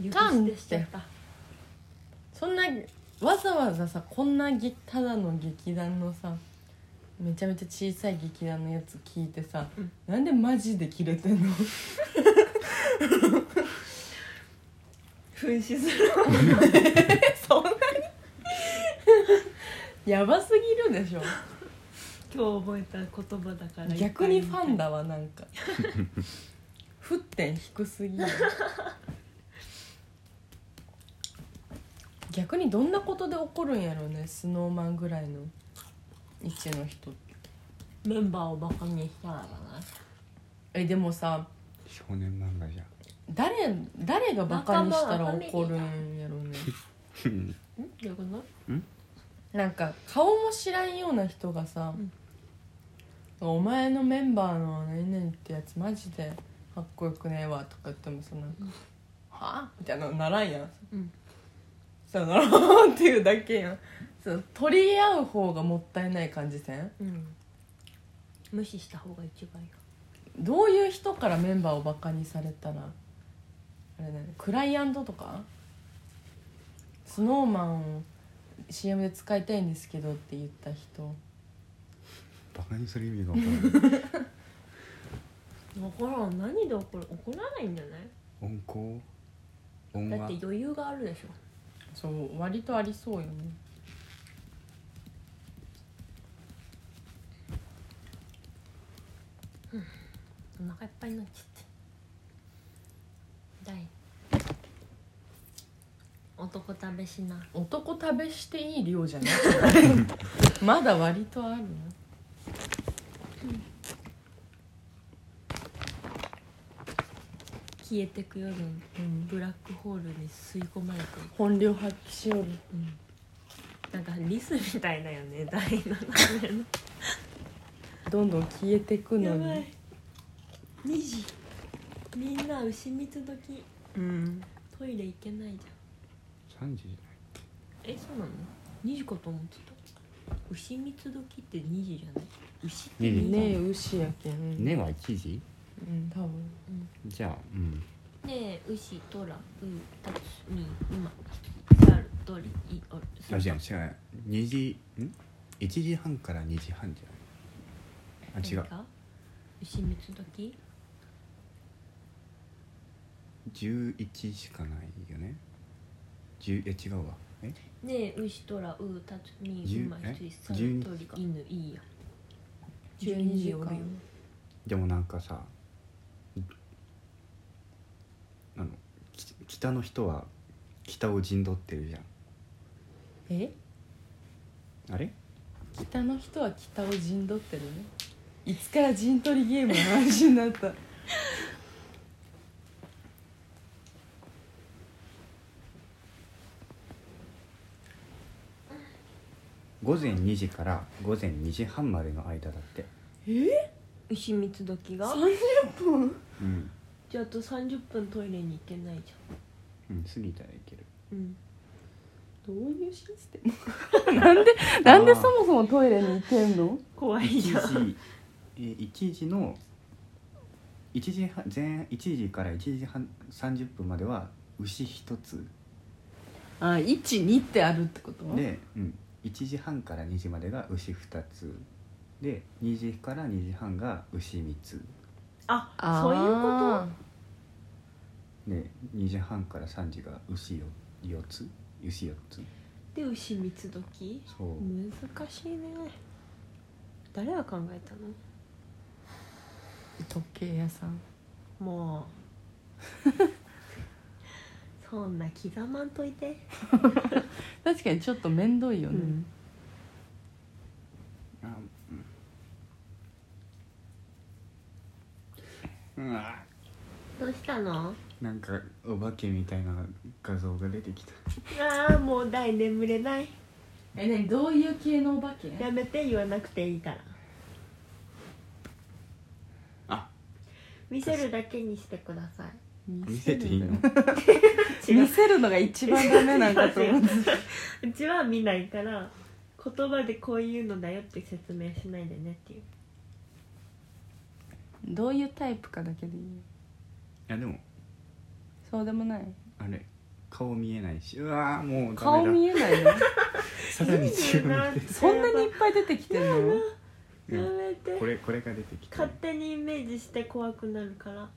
S1: 雪
S3: か
S1: 捨
S3: んって
S1: てしちゃった
S3: そんなわざわざさこんなぎただの劇団のさめちゃめちゃ小さい劇団のやつ聞いてさ、
S1: うん
S3: なんでマジでキレてんの
S1: 噴死する
S3: そんなに やばすぎるでしょ
S1: 今日覚えた言葉だから
S3: 逆にファン
S1: だ
S3: だわなん か沸点低すぎる 逆にどんなことで怒るんやろうねスノーマンぐらいの位置の人って
S1: メンバーをバカにしたらだな
S3: えでもさ
S4: 少年漫画じゃん
S3: 誰誰がバカにしたら怒るんやろうね
S4: うん
S1: んどういうこと
S3: なんか顔も知らんような人がさ、
S1: うん
S3: お前のメンバーの何々ってやつマジでかっこよくねえわとか言ってもさなんか「はあ?」みたいなのならんやん
S1: うん
S3: さよならっていうだけやんそう取り合う方がもったいない感じせん
S1: うん無視した方が一番いいよ
S3: どういう人からメンバーをバカにされたらあれだよねクライアントとかスノーマンを CM で使いたいんですけどって言った人
S4: バカにする意味が 分からない
S1: だからん何で怒る怒らないんじゃない
S4: 温厚温
S1: だっ
S4: 和
S1: て余裕があるでしょ
S3: そう割とありそうよね
S1: お腹いっぱいになっちゃって第男食べしな
S3: 男食べしていい量じゃ ないまだ割とあるな
S1: 消えてく夜の
S3: うん
S1: ブラックホールに吸い込まれていく
S3: 本領発揮しよる
S1: なんかリスみたいだよね第7
S3: どんどん消えてく
S1: 目の
S3: の
S1: やば
S3: に
S1: い2時みんな牛蜜時
S3: うん
S1: トイレ行けないじ
S4: 3時じ
S1: ゃんえそうなの ?2 時かと思ってた牛蜜時って2時じゃない牛って
S4: 二時
S1: ね
S3: ねえ牛やけん、
S4: ゃないねは1時
S3: うん多分
S4: じゃあうん
S1: ねえ牛トラウタツミ馬ヒカルトリイオル
S4: あじゃあ違う2時ん1時半から2時半じゃないあ違う
S1: 牛蜜時
S4: 11しかないよね10え違うわえ
S1: ねえ牛トラウタツミ
S4: 十
S1: 馬
S4: え
S1: 羊サル
S4: 12
S1: トリ犬いいや
S3: 12
S1: 12
S3: 時
S1: 時
S3: 間
S1: おるよ
S4: でもなんかさあのき北の人は北を陣取ってるじゃ
S3: え
S4: んあれ
S3: 北の人は北を陣取ってるねいつから陣取りゲームの話になった
S4: 午前2時から午前2時半までの間だって
S1: 牛三つ時が
S6: 30分
S4: うん、
S1: じゃああと30分トイレに行けないじ
S4: うん、過ぎたらいける
S1: ゃんうんどういうシステム
S3: なんでそもそもトイレに行けんの
S1: 怖いじゃん
S4: 1時え1時の1時半前1時から1時半30分までは牛一つ
S3: あ12ってあるってこと
S4: で、うん、1時半から2時までが牛2つで2時から2時半が牛3つ
S1: あそういうこ
S4: で2時半から3時が牛よ4つ牛4つ
S1: とで牛三つ時
S4: そう、
S1: 難しいね誰が考えたの
S3: と時計屋さん
S1: もう そんな刻まんといて
S3: 確かにちょっと面倒いよね、
S1: うん
S4: あうんうわ
S1: どうしたの
S4: なんかお化けみたいな画像が出てきた
S1: ああもう大眠れない
S3: えねどういう系のお化け
S1: やめて言わなくていいから
S4: あ
S1: 見せるだけにしてください
S4: 見せていいの
S1: 違う
S3: 見せるのが一番ダメなんだと思って
S1: うちは見ないから言葉でこういうのだよって説明しないでねっていう
S3: どういうタイプかだけでいい
S4: いやでも
S3: そうでもない
S4: あれ顔見えないしうわーもうダメだ
S3: 顔見えないよ
S4: さらに強め
S1: いいな
S4: で
S3: そんなにいっぱい出てきてるの
S4: う
S1: や
S4: ん
S1: めて
S4: これこれが出てきた
S1: 勝手にイメージして怖くなるから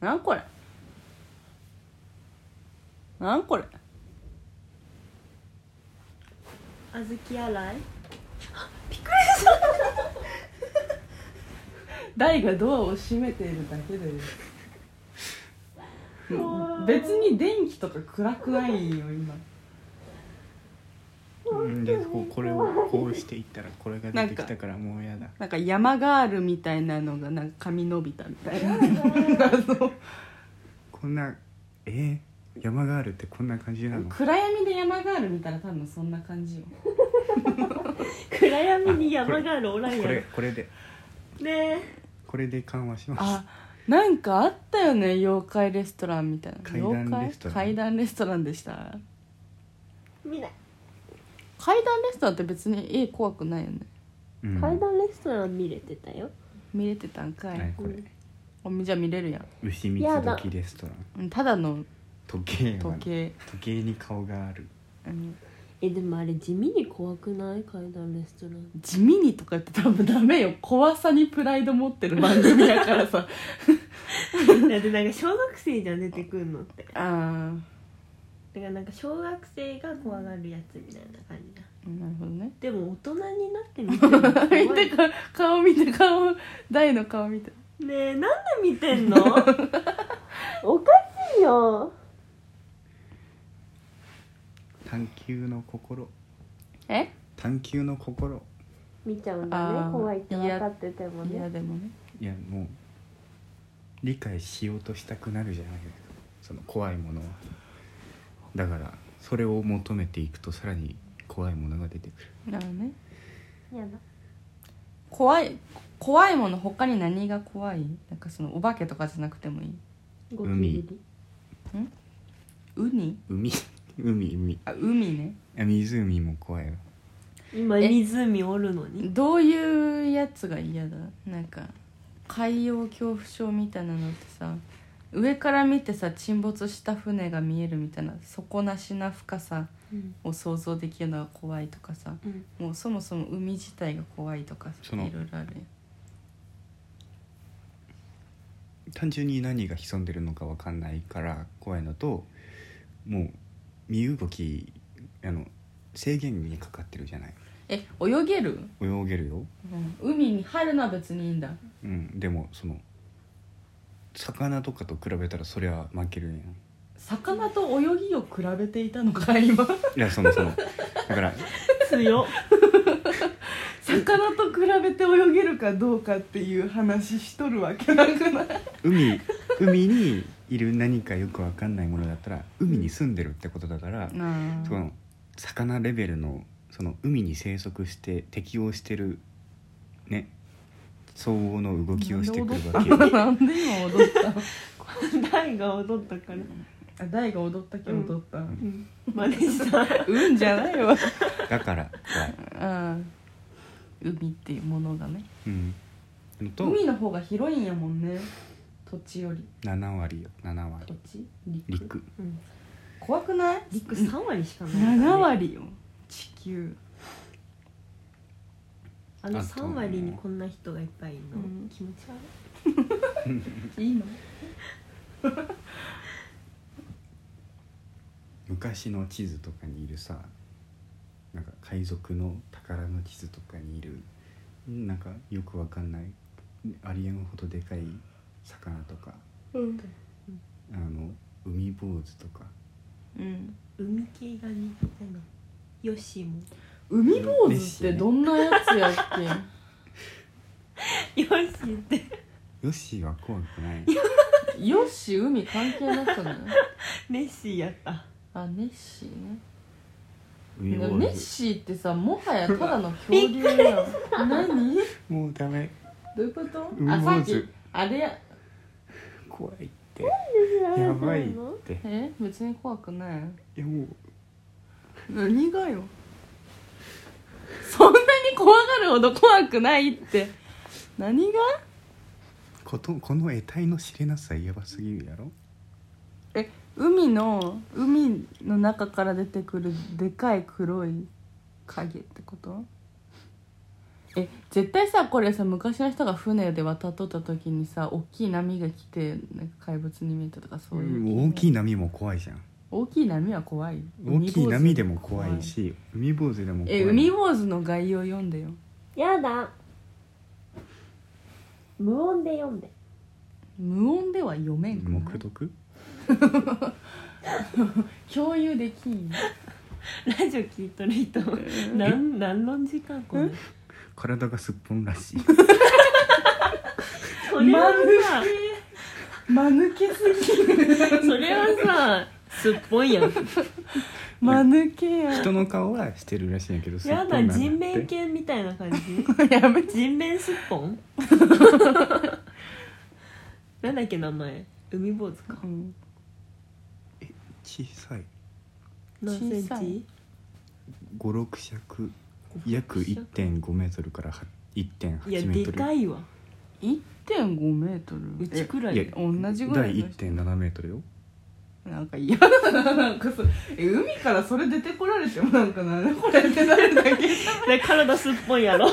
S3: なんこれなんこれ
S1: 小豆洗い
S3: 大がドアを閉めているだけで別に電気とか暗くないよ今
S4: うんでこうこれをこうしていったらこれが出てきたからもうやだ
S3: なんか山ガールみたいなのがなんか髪伸びたみたいな謎
S4: こんなえー、山があるってこんな感じな の
S3: 暗闇で山ガール見たら多分そんな感じよ
S1: 暗闇に山があるおらんや
S4: こ
S1: ん
S4: れ
S1: ね
S4: これで
S1: え
S4: これで緩和します
S3: あなんかあったよね妖怪レストランみたいな
S4: 階段レストラン
S3: 妖怪階段レストランでした
S1: 見ない
S3: 階段レストランって別に絵怖くないよね
S4: うん
S1: 階段レストラン見れてたよ
S3: 見れてたんかい、
S4: はいこれ
S3: おみじゃあ見れるやん
S4: 牛三つ時レストラン
S3: うんただの
S4: 時計は
S3: 時計、
S4: 時計に顔がある
S3: うん
S1: えでもあれ地味に怖くない階段レストラン
S3: 地味にとかって多分ダメよ怖さにプライド持ってる番組だから
S1: だ
S3: さ
S1: ってなんか小学生じゃん出てくるのってだか
S3: あー
S1: らなんか小学生が怖がるやつみたいな感じだ
S3: なるほどね
S1: でも大人になって見てるの怖い
S3: 見てか顔見て顔大の顔見て
S1: ねえなんで見てんの おかしいよ
S4: 探求の心
S3: え
S4: 探求の心
S1: 見ちゃうん
S3: あ
S1: だね
S3: ー
S1: 怖いって分かってても
S3: いや
S1: ね
S3: でもね
S4: いやもう理解しようとしたくなるじゃないですかその怖いものはだからそれを求めていくとさらに怖いものが出てくる
S3: なるね
S1: やだ
S3: 怖い怖いもの他に何が怖いなんかそのお化けとかじゃなくてもいい
S1: ゴキブリ
S3: ウニ
S4: 海 海海
S3: あ海ね
S4: あ湖も怖いわ
S1: 今
S3: え
S1: 湖おるのに
S3: どういうやつが嫌だなんか海洋恐怖症みたいなのってさ上から見てさ沈没した船が見えるみたいな底なしな深さ
S1: うん
S3: を想像できるのが怖いとかさ
S1: うん
S3: もうそもそも海自体が怖いとかさ
S4: そ
S3: いろ
S4: の
S3: いろある
S4: 単純に何が潜んでるのかわかんないから怖いのともう身動きあの制限にかかってるじゃない
S3: やんえ泳げる、
S4: 泳げるよ
S3: 海に入るのは別にいいんだ
S4: うんでもその魚とかと比べたらそれは負けるやん
S3: 魚と泳ぎを比べていたのか 今
S4: いやそのそのだから
S1: 強っ
S3: 魚と比べて泳げるかどうかっていう話しとるわけなくない
S4: 海海にいる何かよくわかんないものだったら海に住んでるってことだから、その魚レベルのそその海に生息して適応してるね相応の動きをしてくるわけよ
S3: なんで今踊ったの
S1: 大が踊ったから
S3: あ大が踊ったけど踊った、うん、
S1: マネした
S3: うんじゃない わ
S4: だから怖い、
S7: うん海っていうものがね
S4: うん、のと
S3: 海の方が広いんやもんね土地より
S4: 7割よ7
S3: 土
S4: 割
S3: 地陸
S4: 陸
S1: うん
S3: 怖くない
S1: 陸3割しかないからね
S7: 7割よ地球
S1: あの
S4: あと
S1: 3割にこんな人がいっぱいいるの、
S7: うん
S1: 気持ち悪い
S3: いいの
S4: 昔の地図とかにいるさなんか海賊の宝の地図とかにいるなんかよくわかんないありえんほどでかい魚とか
S1: うん、
S4: あの海坊主とか
S7: うん
S1: 海系が苦手なヨッシーも
S3: 海坊主ってどんなやつやっ
S1: ヨッシーって
S4: ヨッシーは怖くない
S3: けよし海関係なくない
S1: ネッシーやった
S3: あネッシー
S4: 海
S3: ね
S4: 坊
S3: ネッ
S4: 主
S3: シーってさもはやただの恐 竜やん何ど
S4: もうダメ
S3: ういうこと
S4: 海
S3: あ
S4: 坊
S3: さっき
S4: 主
S3: あれや
S4: 怖いってやばいって
S3: え別に怖くない
S4: いやもう
S3: 何がよそんなに怖がるほど怖くないって何が
S4: ことこの得体の知れなさやばすぎるやろ
S3: え海の海の中から出てくるでかい黒い影ってことえ絶対さこれさ昔の人が船で渡っとった時にさ大きい波が来てなんか怪物に見えたとかそういう、
S4: 大きい波も怖いじゃん
S3: 大きい波は怖い
S4: 大きい波でも怖いし海坊主でも怖い
S3: え海坊主の概要読んでよ
S1: やだ無音で読んで
S3: 無音では読めんくない
S4: 黙読
S3: 共有できん
S1: ラジオ聞いとる人何何論時間これ
S4: 体がすっぽんら しい
S1: それは
S3: 間抜けすぎる
S1: さそれはさすっぽんやん
S3: 間抜けや
S4: 人の顔はしてるらしいんやけどすっぽ
S1: や
S4: んな
S1: だ
S4: んだって
S1: 人面犬みたいな感じ
S3: やめ
S1: 人面すっぽ んなんだっけ名前海坊主か
S3: うん
S4: 小さい
S1: 何セン
S3: 小さい
S1: チ
S4: 56尺約1.5メートルから
S1: いや
S4: 1.8メー
S1: で
S4: トル
S1: かいわ
S3: 1.5メート
S1: うち
S3: ル
S1: くら
S4: いや
S1: いだよ
S3: 同じぐら
S4: 第
S3: いの人
S4: 1.7メートルよ
S3: なんか嫌だななんかそえ海からそれ出てこられてもなんかなんでこれってなるだけ
S1: で体すっぽんや ろ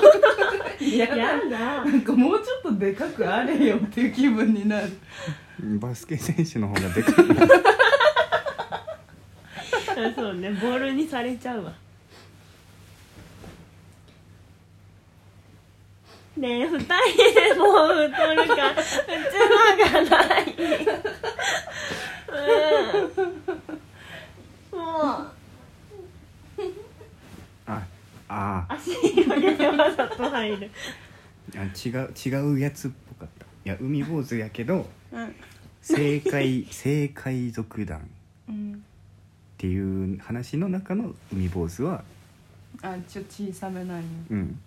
S3: 嫌だ
S1: やだ
S3: なんかもうちょっとでかくあれよっていう気分になる
S4: バスケ選手の方がでかい
S1: そうねボールにされちゃうわねえ二人でもううとるかうちのがないうんもう
S4: あああ
S1: 足にかけてわざと入る
S4: 違う違うやつっぽかったいや海坊主やけど
S7: うん
S4: 正解正解族団っ
S7: うん
S4: ていう話の中の海坊主は
S7: あちょっと小さめなんよ
S4: うん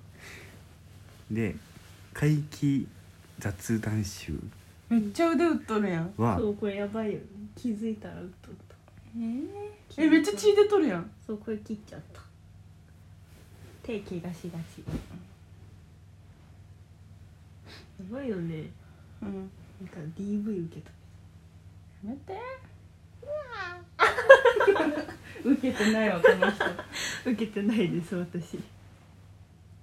S4: で怪奇雑談集
S3: めっちゃ腕打っとるやん
S4: は
S1: そうこれやばいよね気づいたらうっとった
S3: えめっちゃ血出とるやん
S1: そうこれ切っちゃった手怪我しがちやばいよね
S7: うん
S1: なんか DV 受けた
S3: やめて 受けてないわこの人
S1: 受けてないです私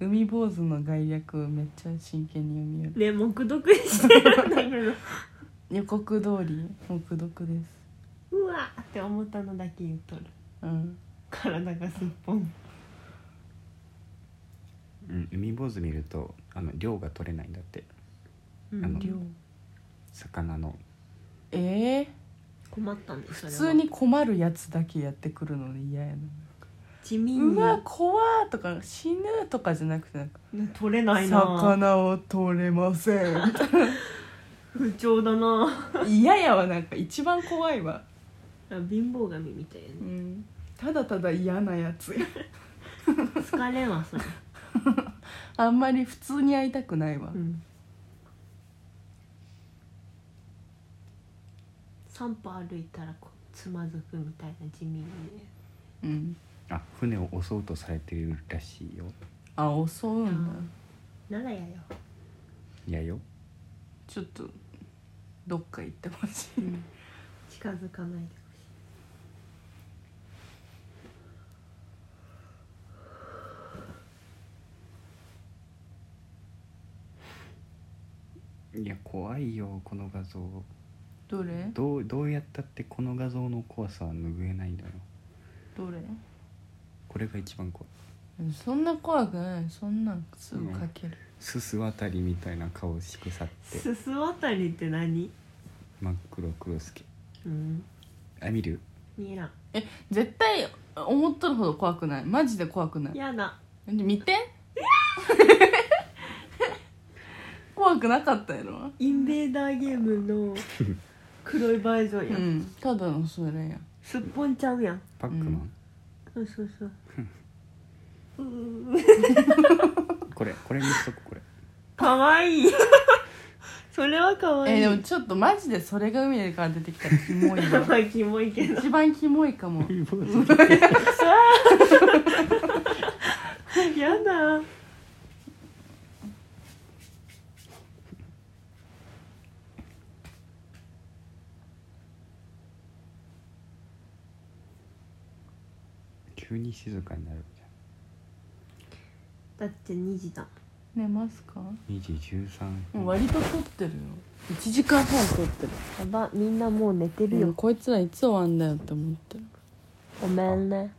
S3: 海坊主の概略めっちゃ真剣に読みよる
S1: ね黙読してるんだけ ど
S3: 予告通り目読です
S1: うわーって思ったのだけ言っとる
S3: うん
S1: 体がすっぽん
S4: うん、海坊主見るとあの量が取れないんだって
S1: うん
S4: あの
S3: 量
S4: 魚の
S3: ええ
S1: 困ったんです
S3: 普通に困るやつだけやってくるので嫌やな
S1: 地味に
S3: うわ怖ーとか死ぬとかじゃなくてなんか
S1: 取れないな
S3: 魚を取れませんみたい
S1: 不調だな
S3: な嫌やわなんか一番怖いわ、
S1: 貧乏神みたいやね
S3: うん、ただただ嫌なやつや
S1: 疲れはそれ、
S3: あんまり普通に会いたくないわ
S1: うん、3歩歩いたらこうつまずくみたいな地味にね
S3: うん
S4: あ船を襲うとされてるらしいよ
S3: あ襲うんだ
S1: あーならやよ
S4: いやよ
S3: ちょっとどっか行ってほしい
S1: 近づかないで
S4: いや怖いよこの画像
S3: どれ
S4: どうどうやったってこの画像の怖さは拭えないだよ
S3: どれ
S4: これが一番怖い
S3: そんな怖くないそんなんすぐ書ける、
S4: すす渡りみたいな顔しくさって
S1: ほしいすす渡りって何
S4: 真っ黒黒助
S1: うん
S4: あ見る
S1: 見えらん
S3: え絶対思っとるほど怖くないマジで怖くない
S1: やだ
S3: 見 て怖くなかったやろ
S1: インベーダーゲームの黒いバージョン
S3: う
S1: やん、
S3: んただのそれや
S1: すっぽんちゃうやん
S4: パックマン、
S1: そうそうそううー
S4: これこれ見しとく これ
S1: かわい いそれはかわいい
S3: えでもちょっとマジでそれが海でから出てきたらキモい
S1: やば
S3: わ
S1: いキモいけど
S3: 一番キモいかも
S1: やだ
S4: 急に静かになるじ
S1: だって2時だ
S3: 寝ますか
S4: ゃん2時13
S3: もう割
S4: 分
S3: と撮ってるよ1時間半撮ってる
S1: やばみんなもう寝てる
S3: で
S1: よ、
S3: もこいつらいつ終わんだよって思ってる
S1: ごめんね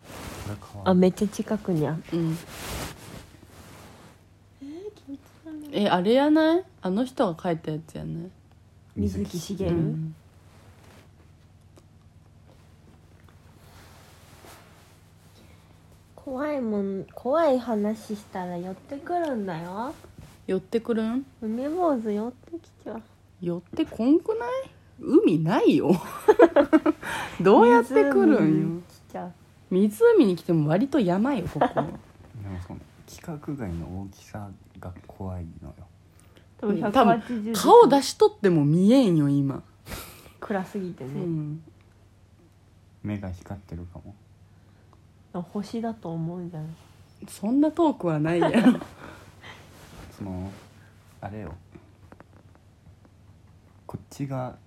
S4: これかわいい
S1: あめっちゃ近くにある
S3: うん
S1: え気持ち悪い
S3: えあれやないあの人が書いたやつやね
S1: 水木しげ
S3: う
S1: る、
S3: ん
S1: 怖いもん怖い話したら寄ってくるんだよ
S3: 寄ってくるん
S1: 海坊主寄ってきちゃう
S3: 寄ってこんくない海ない よどうやって来る
S1: 湖
S3: ん
S1: に
S3: よ
S1: 来ちゃう
S3: 湖に来ても割と山よこ こ
S4: でもその規格外の大きさが怖いのよ
S1: 多
S3: う
S1: 分
S3: ん
S1: 180度
S3: 顔出しとっても見えんよ今、
S1: 暗すぎてね
S3: う、ん、
S4: 目が光ってるかも
S1: 星だと思うじゃん
S3: そんなトークはないやん
S4: そのあれよこっちが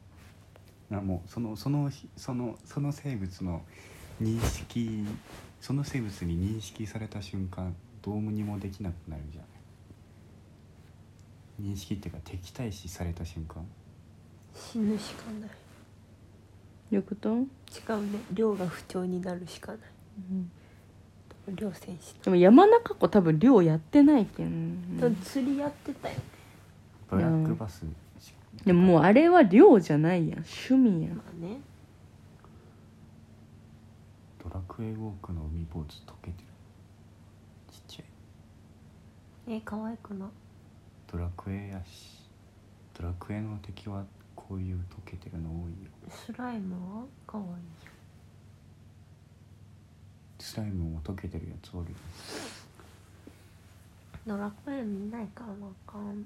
S4: なもうそのその日そのその生物の認識その生物に認識された瞬間どうにもできなくなるじゃん認識っていうか敵対視された瞬間
S1: 死ぬしかない
S3: よくと、
S1: 違うね量が不調になるしかない量選手
S3: でも山中湖多分漁やってないけん、
S1: と釣りやってたよ、
S4: ブラックバスし
S3: でももうあれは漁じゃないやん趣味やん
S1: まあね
S4: ドラクエウォークの海坊主溶けてるちっちゃい
S1: え可愛くな
S4: ドラクエやしドラクエの敵はこういう溶けてるの多いよ
S1: スライムは可愛いよ
S4: スライムも溶けてるやつおるよ
S1: ドラクエ見ないからわかんない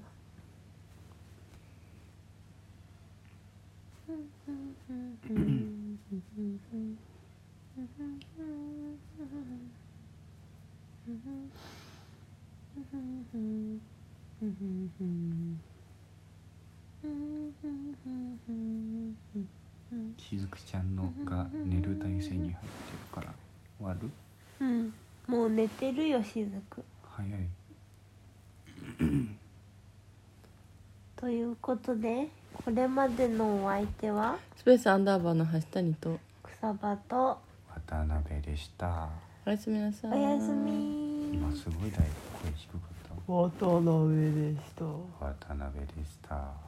S4: しずくちゃんのが寝る体勢に入ってるから終わる
S1: うんもう寝てるよしずく
S4: 早い
S1: ということでこれまでのお相手は
S3: スペースアンダーバーの橋谷と
S1: 草場と
S4: 渡辺でした
S3: おやすみなさい
S1: おやすみ
S4: 今すごいだいぶ声低かっ
S3: 渡辺でした
S4: た渡辺でした